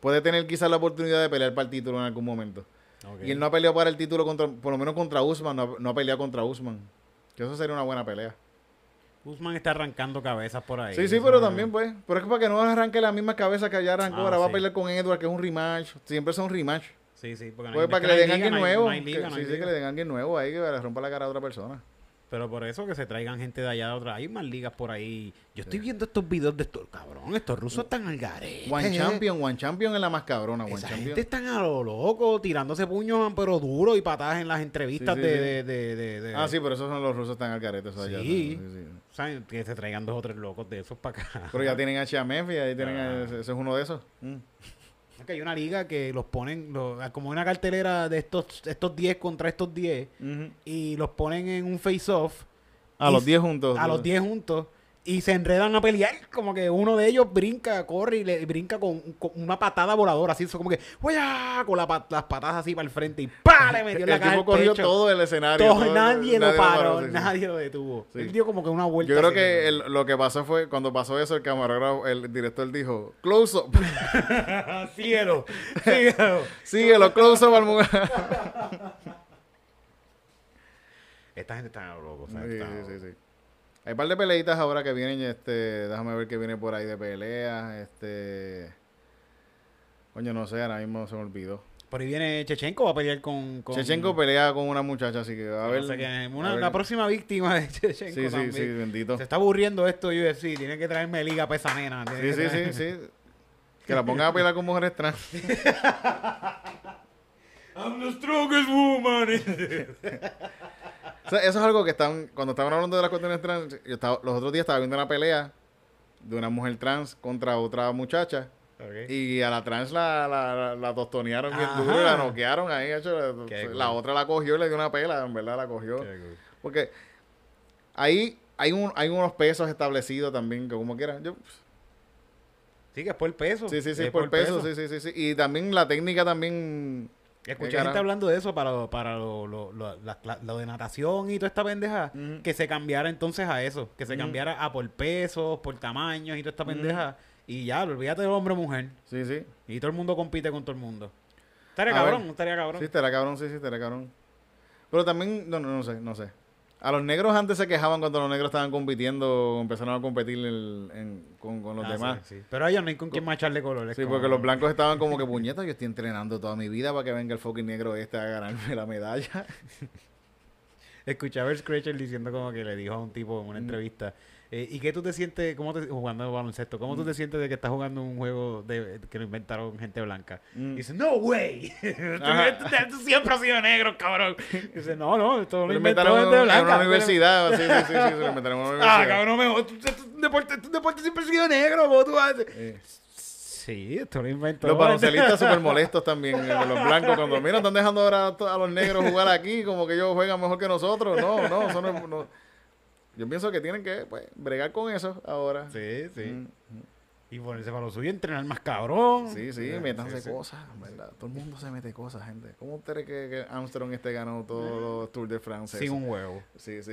A: puede tener quizás la oportunidad de pelear para el título en algún momento.
C: Ok.
A: Y él no ha peleado para el título, contra, por lo menos contra Usman, no, ha- no ha peleado contra Usman. Que eso sería una buena pelea.
C: Guzmán está arrancando cabezas por ahí.
A: Sí, sí,
C: Eso
A: pero
C: no-
A: también, pues. Pero es que para que no arranque la misma cabeza que allá arrancó,
C: Ah,
A: ahora va a
C: sí.
A: pelear con Edward, que es un rematch. Siempre son rematch.
C: Sí, sí, porque no
A: Pues
C: hay-
A: para
C: es
A: que le den
C: no hay
A: alguien
C: liga, no hay-
A: nuevo.
C: no hay liga,
A: que-
C: no
A: Sí,
C: hay
A: sí,
C: liga.
A: que le den alguien nuevo ahí que le rompa la cara a otra persona.
C: Pero por eso que se traigan gente de allá de otra. Hay más ligas por ahí. Yo estoy viendo estos videos de estos. Cabrón, estos rusos están al garete.
A: One Champion, One Champion es la más cabrona, One
C: Esa
A: Champion.
C: gente están a lo loco, tirándose puños, pero duro y patadas en las entrevistas
A: Sí, sí,
C: de,
A: sí.
C: de, de, de- de-
A: Ah, sí, pero esos son los rusos están al carete, esos allá.
C: Sí.
A: ¿no? Sí, sí.
C: ¿Saben? Que se traigan dos o tres locos de esos para acá.
A: Pero ya tienen a Chiamef y ahí tienen a-
C: Ah.
A: ese ese es uno de esos. Mm.
C: Es [LAUGHS] que hay una liga que los ponen los- como una cartelera de estos estos 10 contra estos 10 y los ponen en un face-off.
A: A
C: Y
A: los
C: s-
A: 10 juntos. pues.
C: a los 10 juntos y se enredan a pelear. Como que uno de ellos brinca, corre y le y brinca con, con una patada voladora, así, eso como que, ¡Uya! con la pat- las patadas así para el frente y
A: [LAUGHS]
C: ¡pa! le metió en la
A: El
C: cara.
A: tipo
C: al
A: corrió
C: pecho.
A: todo el escenario.
C: Todo-
A: todo-
C: nadie, lo paró,
A: sí, sí.
C: nadie lo detuvo.
A: Sí.
C: Él dio como que una vuelta.
A: Yo creo
C: así,
A: que el- lo que pasó fue, cuando pasó eso, el camarógrafo, el director dijo, close up,
C: ¡Ah, cielo! [LAUGHS] ¡Cielo!
A: síguelo, close up al mujer.
C: Esta gente está loco. o sea,
A: Sí,
C: está-
A: sí, sí, sí. Hay un par de peleitas ahora que vienen, este, déjame ver que viene por ahí de peleas, este... Coño, no sé, ahora mismo se me olvidó.
C: Por ahí viene Chechenko, va a pelear con. con
A: Chechenko pelea con una muchacha, así que va a
C: no
A: ver...
C: sé qué,
A: a
C: una,
A: ver.
C: la próxima víctima de [LAUGHS] Chechenko.
A: Sí, sí,
C: también.
A: sí, bendito.
C: Se está aburriendo esto UFC. Tienen que traerme liga para esa nena. tienen
A: Sí,
C: que
A: sí, sí, sí.
C: traer-
A: Que la pongan a pelear con mujeres
C: [LAUGHS]
A: trans.
C: I'm the strongest woman.
A: O sea, eso es algo que están, cuando estaban hablando de las cuestiones trans, yo estaba- los otros días estaba viendo una pelea de una mujer trans contra otra muchacha.
C: Ok.
A: Y a la trans la, la, la, la tostonearon bien
C: Ajá.
A: duro y la noquearon ahí. hecho, la-
C: Qué
A: la
C: cool.
A: otra la cogió y le dio una pela, en verdad la cogió. Porque ahí hay, un, hay unos pesos establecidos también, que como quieran. Yo,
C: Sí, que es por el peso.
A: sí, sí, sí,
C: Es
A: por peso, sí, sí, sí, sí. Y también la técnica también...
C: Escuché
A: Eh,
C: gente
A: carajo.
C: hablando de eso para, lo- para lo, lo- lo- la- la- lo de natación y toda esta pendeja.
A: Ujú.
C: Que se cambiara entonces a eso. Que se
A: Ujú.
C: cambiara a por pesos, por tamaños y toda esta pendeja. Y ya, olvídate del hombre o mujer.
A: Sí, sí.
C: Y todo el mundo compite con todo el mundo. Estaría
A: A
C: cabrón,
A: ver.
C: estaría cabrón.
A: Sí, estará cabrón, sí, sí, estará cabrón. Pero también, no, no, no sé, no sé. A los negros antes se quejaban cuando los negros estaban compitiendo, empezaron a competir el- en- con, con los
C: Ah,
A: demás.
C: sí, sí. Pero a ellos no hay con quién macharle colores.
A: Sí, porque los blancos estaban como que puñetas, yo estoy entrenando toda mi vida para que venga el fucking negro este a ganarme la medalla.
C: Escuchaba el Scratcher diciendo como que le dijo a un tipo en una
A: Mm.
C: entrevista. eh, ¿Y qué tú te sientes cómo te, jugando baloncesto? ¿Cómo
A: Mm.
C: tú te sientes de que estás jugando un juego de, que lo inventaron gente blanca? Y dice, no, güey. [LAUGHS] Tú-
A: Mm. Ajá.
C: tú, tú siempre has sido negro, cabrón. Y dice, no, no, esto lo
A: Lo
C: inventó
A: inventaron en
C: gente
A: una-
C: blanca.
A: en una universidad. Sí, sí, sí, sí, se
C: [LAUGHS]
A: lo inventaron en una
C: Ah,
A: universidad.
C: cabrón, mejor. Tú, tú- tú- un este deporte, tú- un deporte siempre has sido negro, ¿cómo tú haces?
A: Sí.
C: Sí, esto lo inventó.
A: Los Eh,
C: [LAUGHS]
A: baloncelistas súper molestos también, eh, los blancos, cuando mira, están dejando ahora a to- a los negros jugar aquí, como que ellos juegan mejor que nosotros. No, no, eso no, es- no. Yo pienso que tienen que pues, bregar con eso ahora.
C: Sí, sí.
A: Mm,
C: Y ponerse para lo suyo, entrenar más cabrón.
A: Sí, sí,
C: Ah,
A: métanse
C: sí, sí.
A: cosas, ¿verdad? Todo el mundo se mete cosas, gente. ¿Cómo ustedes que, que Armstrong este ganó todos los Tours de France?
C: Sin
A: [LAUGHS]
C: un huevo.
A: Sí, sí.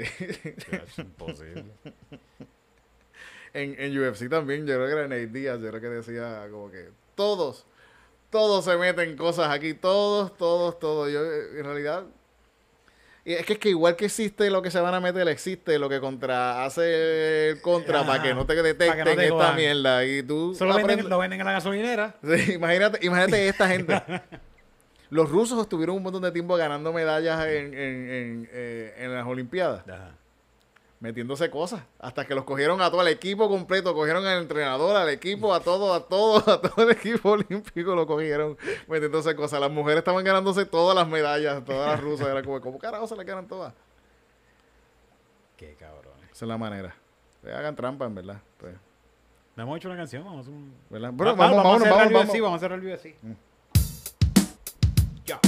C: Es imposible.
A: En, en UFC también, yo creo que era Nate Díaz, yo creo que decía como que todos, todos se meten cosas aquí, todos, todos, todos. Yo, eh, en realidad, y es que es que igual que existe lo que se van a meter, existe lo que contra hace el contra
C: Ajá,
A: para que no te
C: para
A: detecten
C: que no te
A: esta
C: cojan.
A: mierda. Y tú
C: Solo venden,
A: aprendes-
C: lo venden en la gasolinera.
A: [LAUGHS] Sí, imagínate, imagínate esta gente. Los rusos estuvieron un montón de tiempo ganando medallas en, en- en, eh, en las Olimpiadas metiéndose cosas. Hasta que los cogieron a todo el equipo completo, cogieron al entrenador, al equipo, a todo, a todo, [LAUGHS] a todo el equipo olímpico lo cogieron metiéndose cosas. Las mujeres estaban ganándose todas las medallas, todas las rusas. Era como, ¿cómo carajo se las ganan todas?
C: Qué cabrones.
A: Esa es la manera. Pues hagan trampa, en verdad. Pues,
C: ¿No hemos hecho una canción? Vamos a hacer un...
A: ¿verdad? Pero
C: Va-
A: vamos,
C: va-
A: vamos,
C: a
A: vamos,
C: cerrar el
A: vamos. Mm.
C: UFC, vamos a cerrar el UFC. Ya.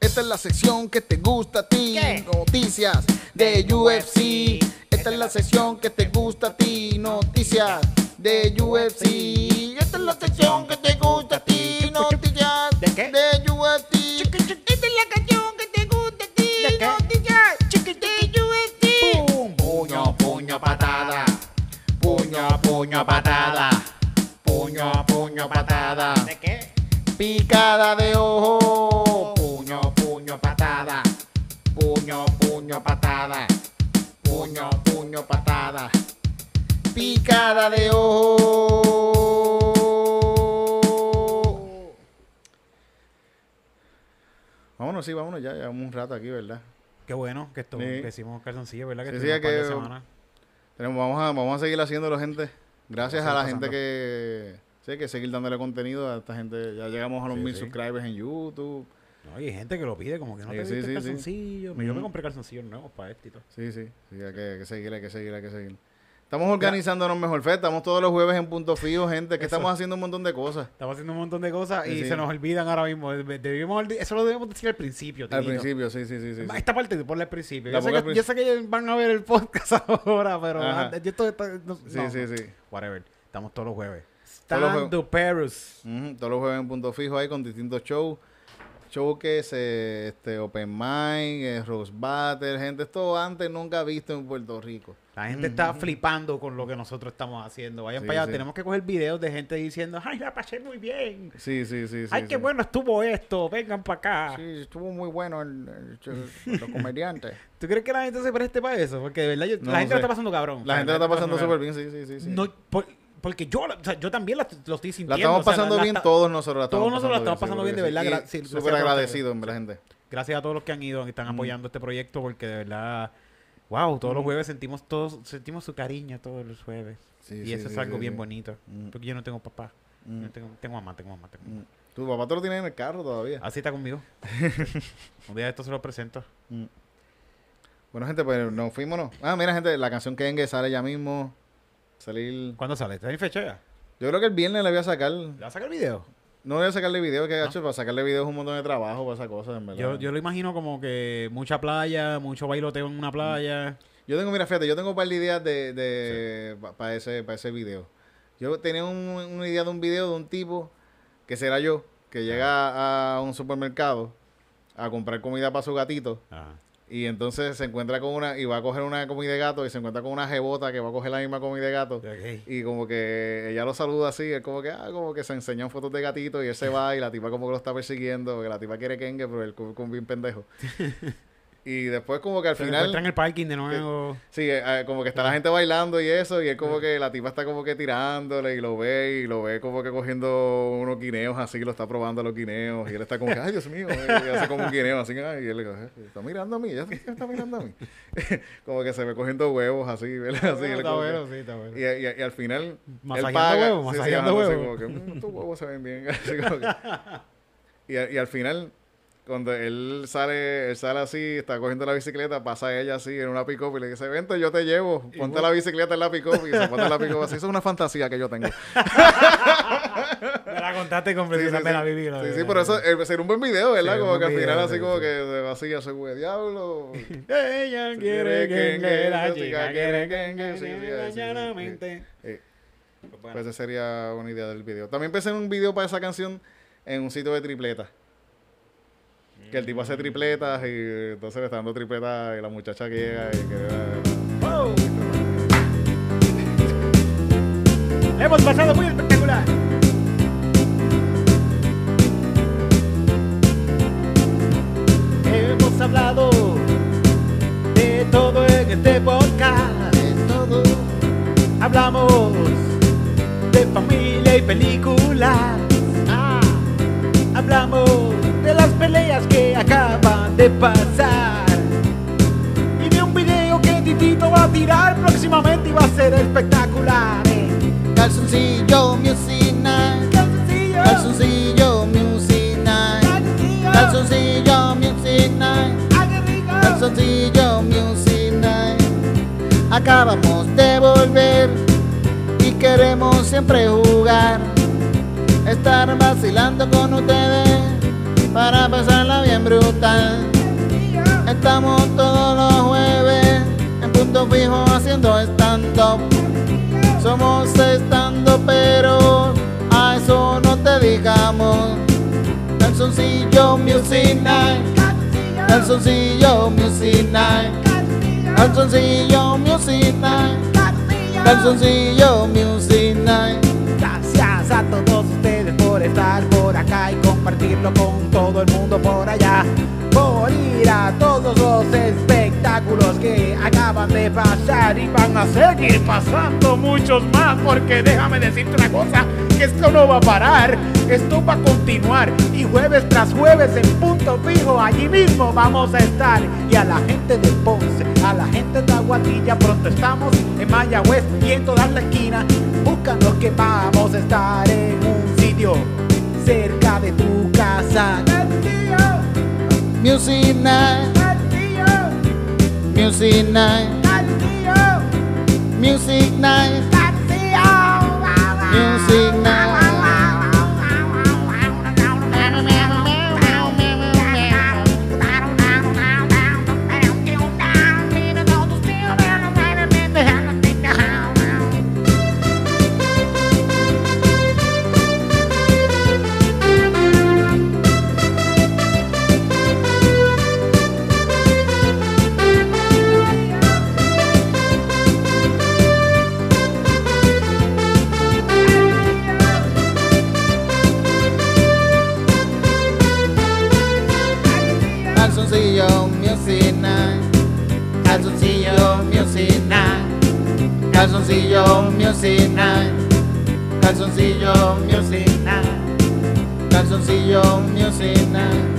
D: Esta es la sección que te gusta a ti.
F: ¿Qué?
D: Noticias de
F: Del
D: UFC.
F: UFC.
D: Esta es la sección que te gusta a ti. Noticias de UFC. Esta es la sección que te gusta a ti. Noticias
F: ¿De qué?
D: de UFC.
F: Esta es la canción que te gusta a ti.
C: ¿De qué?
F: Noticias de UFC.
D: Pum, puño, puño, patada. Puño, puño, patada. Puño, puño, patada.
F: ¿De qué?
D: Picada de ojo. Puño, puño, patada. Puño, puño, patada. Puño, puño, patada. Picada de ojo.
A: Vámonos, sí, vámonos ya. Llevamos un rato aquí, ¿verdad?
C: Qué bueno que, esto,
A: Sí.
C: que hicimos calzoncillos, ¿verdad? Que
A: Sí, sí,
C: estuvimos
A: es
C: un par de
A: que-
C: semanas.
A: Tenemos, vamos, a, vamos a seguir haciéndolo, gente. Gracias
C: Vamos
A: a
C: a
A: la
C: seguir
A: gente
C: pasando.
A: que... Sí, hay que seguir dándole contenido a esta gente. Ya llegamos a los
C: Sí,
A: mil
C: sí.
A: subscribers en YouTube.
C: No, hay gente que lo pide como que no
A: Sí,
C: te
A: sí,
C: viste
A: sí, Mm. sí.
C: calzoncillos. Yo me
A: Ujú.
C: compré calzoncillos nuevos para este y todo.
A: Sí, sí, sí, hay que, hay que seguir, hay que seguir, hay que seguir. Estamos organizándonos mejor, Fed. Estamos todos los jueves en punto fijo, gente. Que estamos haciendo un montón de cosas.
C: Estamos haciendo un montón de cosas y
A: Sí, sí.
C: se nos olvidan ahora mismo. Deb- debimos olvi- eso lo debemos decir al principio,
A: Al
C: Tinito.
A: principio, sí, sí, sí. sí, sí.
C: Esta parte ponla al principio.
A: La
C: Yo sé,
A: pongo
C: que,
A: al
C: yo sé que ellos van a ver el podcast [LAUGHS] ahora, pero
A: Ajá.
C: antes- yo estoy- estoy- no-
A: Sí,
C: no,
A: sí, sí.
C: Whatever. Estamos todos los jueves.
A: Todos los jueves.
C: Stand to Paris.
A: Ujú, Todos los jueves en punto fijo ahí con distintos shows. Showcase, eh, este, Open Mind, eh, Rose Battle, gente. Esto antes nunca visto en Puerto Rico.
C: La gente está flipando con lo que nosotros estamos haciendo. Vayan
A: Sí,
C: para allá.
A: sí.
C: Tenemos que coger videos de gente diciendo, ay, la pasé muy bien.
A: Sí, sí, sí. sí
C: ay, qué
A: sí.
C: bueno estuvo esto. Vengan para acá.
D: Sí, estuvo muy bueno el, el- los comediantes.
C: ¿Tú crees que la gente se preste para eso? Porque de verdad yo-
A: No
C: la gente
A: sé.
C: la está pasando cabrón.
A: La
C: O sea,
A: gente la está pasando súper
C: cabrón.
A: bien, sí, sí, sí. sí.
C: No, por- porque yo, la- o sea, yo también la, lo estoy
A: la
C: sintiendo.
A: estamos
C: o sea,
A: pasando
C: la
A: bien
C: está-
A: todos nosotros. la
C: todos nosotros la estamos
A: bien,
C: pasando bien, de
A: seguro que
C: verdad,
A: sí.
C: gra-
A: Y
C: sí,
A: Súper
C: gracias a
A: agradecido, en verdad, gente.
C: Gracias a todos los que han ido y están apoyando este proyecto porque de verdad, wow, todos los jueves sentimos todos sentimos su cariño todos los jueves.
A: Sí,
C: y
A: sí,
C: eso
A: sí,
C: es algo
A: sí,
C: bien
A: sí.
C: bonito.
A: Mm.
C: Porque yo no tengo papá.
A: Mm.
C: Yo tengo, tengo mamá, tengo mamá, tengo mamá.
A: Mm. Tu papá te lo tiene en el carro todavía.
C: Así Ah, está
A: [LAUGHS]
C: conmigo. Un día de esto se lo presento.
A: Bueno, gente, pues nos fuimos, ¿no? Ah, mira, gente, la canción que sale ya mismo. Salir.
C: ¿Cuándo sale? ¿Está en fecha ya?
A: Yo creo que el viernes le voy a sacar.
C: ¿Le vas a sacar el video?
A: No voy a sacarle video, que gacho, para sacarle video es un montón de trabajo para esas cosas, en verdad.
C: Yo, yo lo imagino como que mucha playa, mucho bailoteo en una playa.
A: Yo tengo, mira, fíjate, yo tengo un par de ideas de, para ese, pa' ese video. Yo tenía un- una idea de un video de un tipo, que será yo, que llega a un supermercado a comprar comida para su gatito.
C: Ajá.
A: Y entonces se encuentra con una, y va a coger una comida de gato, y se encuentra con una jebota que va a coger la misma comida de gato.
C: Ok.
A: Y como que ella lo saluda así, es como que, ah, como que se enseñan fotos de gatito y él se va y la tipa como que lo está persiguiendo, porque la tipa quiere Kenge, pero él como, como bien pendejo. y después como que al
C: Se
A: final,
C: encuentran en el parking de nuevo.
A: sí, eh, eh, como que está la gente bailando y eso, y él como que la tipa está como que tirándole y lo ve, y lo ve como que cogiendo unos guineos así, lo está probando los guineos, y él está como que, ay Dios mío, y hace como un guineo así, ay, y él le dice, está mirando a mí, ella está mirando a mí. [LAUGHS] como que se ve cogiendo huevos así, ¿verdad? Así, él
C: está
A: como que-
C: bueno, sí, está bueno.
A: y, y- y al final,
C: Masajeando
A: él paga.
C: huevo, masajeando
A: ajá, así
C: huevo.
A: como que,
C: [LAUGHS]
A: "Mm, estos huevos se ven bien. [LAUGHS] así como que- y, a- y al final, cuando él sale, él sale así, está cogiendo la bicicleta, pasa ella así en una pick-up y le dice, vente, yo te llevo, ponte la bicicleta en la pick-up y se pone en la pick-up así. Eso es una fantasía que yo
C: [LAUGHS]
A: tengo. Sí,
C: Me la contaste con
A: sí,
C: precisión,
A: sí.
C: me la viví. la
A: Sí, sí,
C: viví,
A: pero
C: la
A: eso
C: viví.
A: eh, sería un buen video, ¿verdad?
C: Sí,
A: como
C: un
A: que al
C: buen
A: final
C: video,
A: así
C: sí,
A: como
C: sí.
A: que se vacía, se güey,
C: [LAUGHS]
A: diablo.
C: Ella quiere que
A: Quiere
C: la
A: que
C: chica
A: la
C: quiere
A: chica
C: que
A: quiere que-
C: la
A: sí, sí, sí,
C: llanamente.
A: Eh,
C: Pues
A: Pues
C: bueno,
A: esa sería una idea del video. También pensé en un video para esa canción en un sitio de tripletas. Que el tipo hace tripletas y eh, entonces le está dando tripletas y la muchacha que llega y que...
C: Hemos pasado muy espectacular. Hemos hablado de todo en este podcast. Hablamos de familia y películas. Ah, Hablamos de las peleas que acaban de pasar. Y de un video que Titito va a tirar próximamente y va a ser espectacular. eh.
D: Calzoncillo Music Night.
C: Calzoncillo.
D: Calzoncillo Music Night.
C: Calzoncillo.
D: Calzoncillo Music Night.
C: Ay, qué rico.
D: Calzoncillo Music Night. Acabamos de volver y queremos siempre jugar. Estar vacilando con ustedes para pasarla bien brutal. Estamos todos los jueves en punto fijo haciendo stand-up. Somos estando pero a eso no te digamos. Calzoncillo Music Night, Calzoncillo Music Night, Calzoncillo Music Night, Calzoncillo Music Night.
C: Gracias a todos ustedes por estar por acá y compartirlo con todo el mundo por allá. Por ir a todos los espectáculos que acaban de pasar y van a seguir pasando muchos más. Porque déjame decirte una cosa, que esto no va a parar, esto va a continuar. Y jueves tras jueves en punto fijo, allí mismo vamos a estar. Y a la gente de Ponce, a la gente de Aguadilla, pronto estamos en Mayagüez y en toda la esquina. Búscanos que vamos a estar en un sitio cerca de tu casa.
D: Music Night, Music Night, Music Music night, music night. Calzoncillo, music night. Calzoncillo, music night. Calzoncillo, music night. Calzoncillo, music night. Calzoncillo, music night.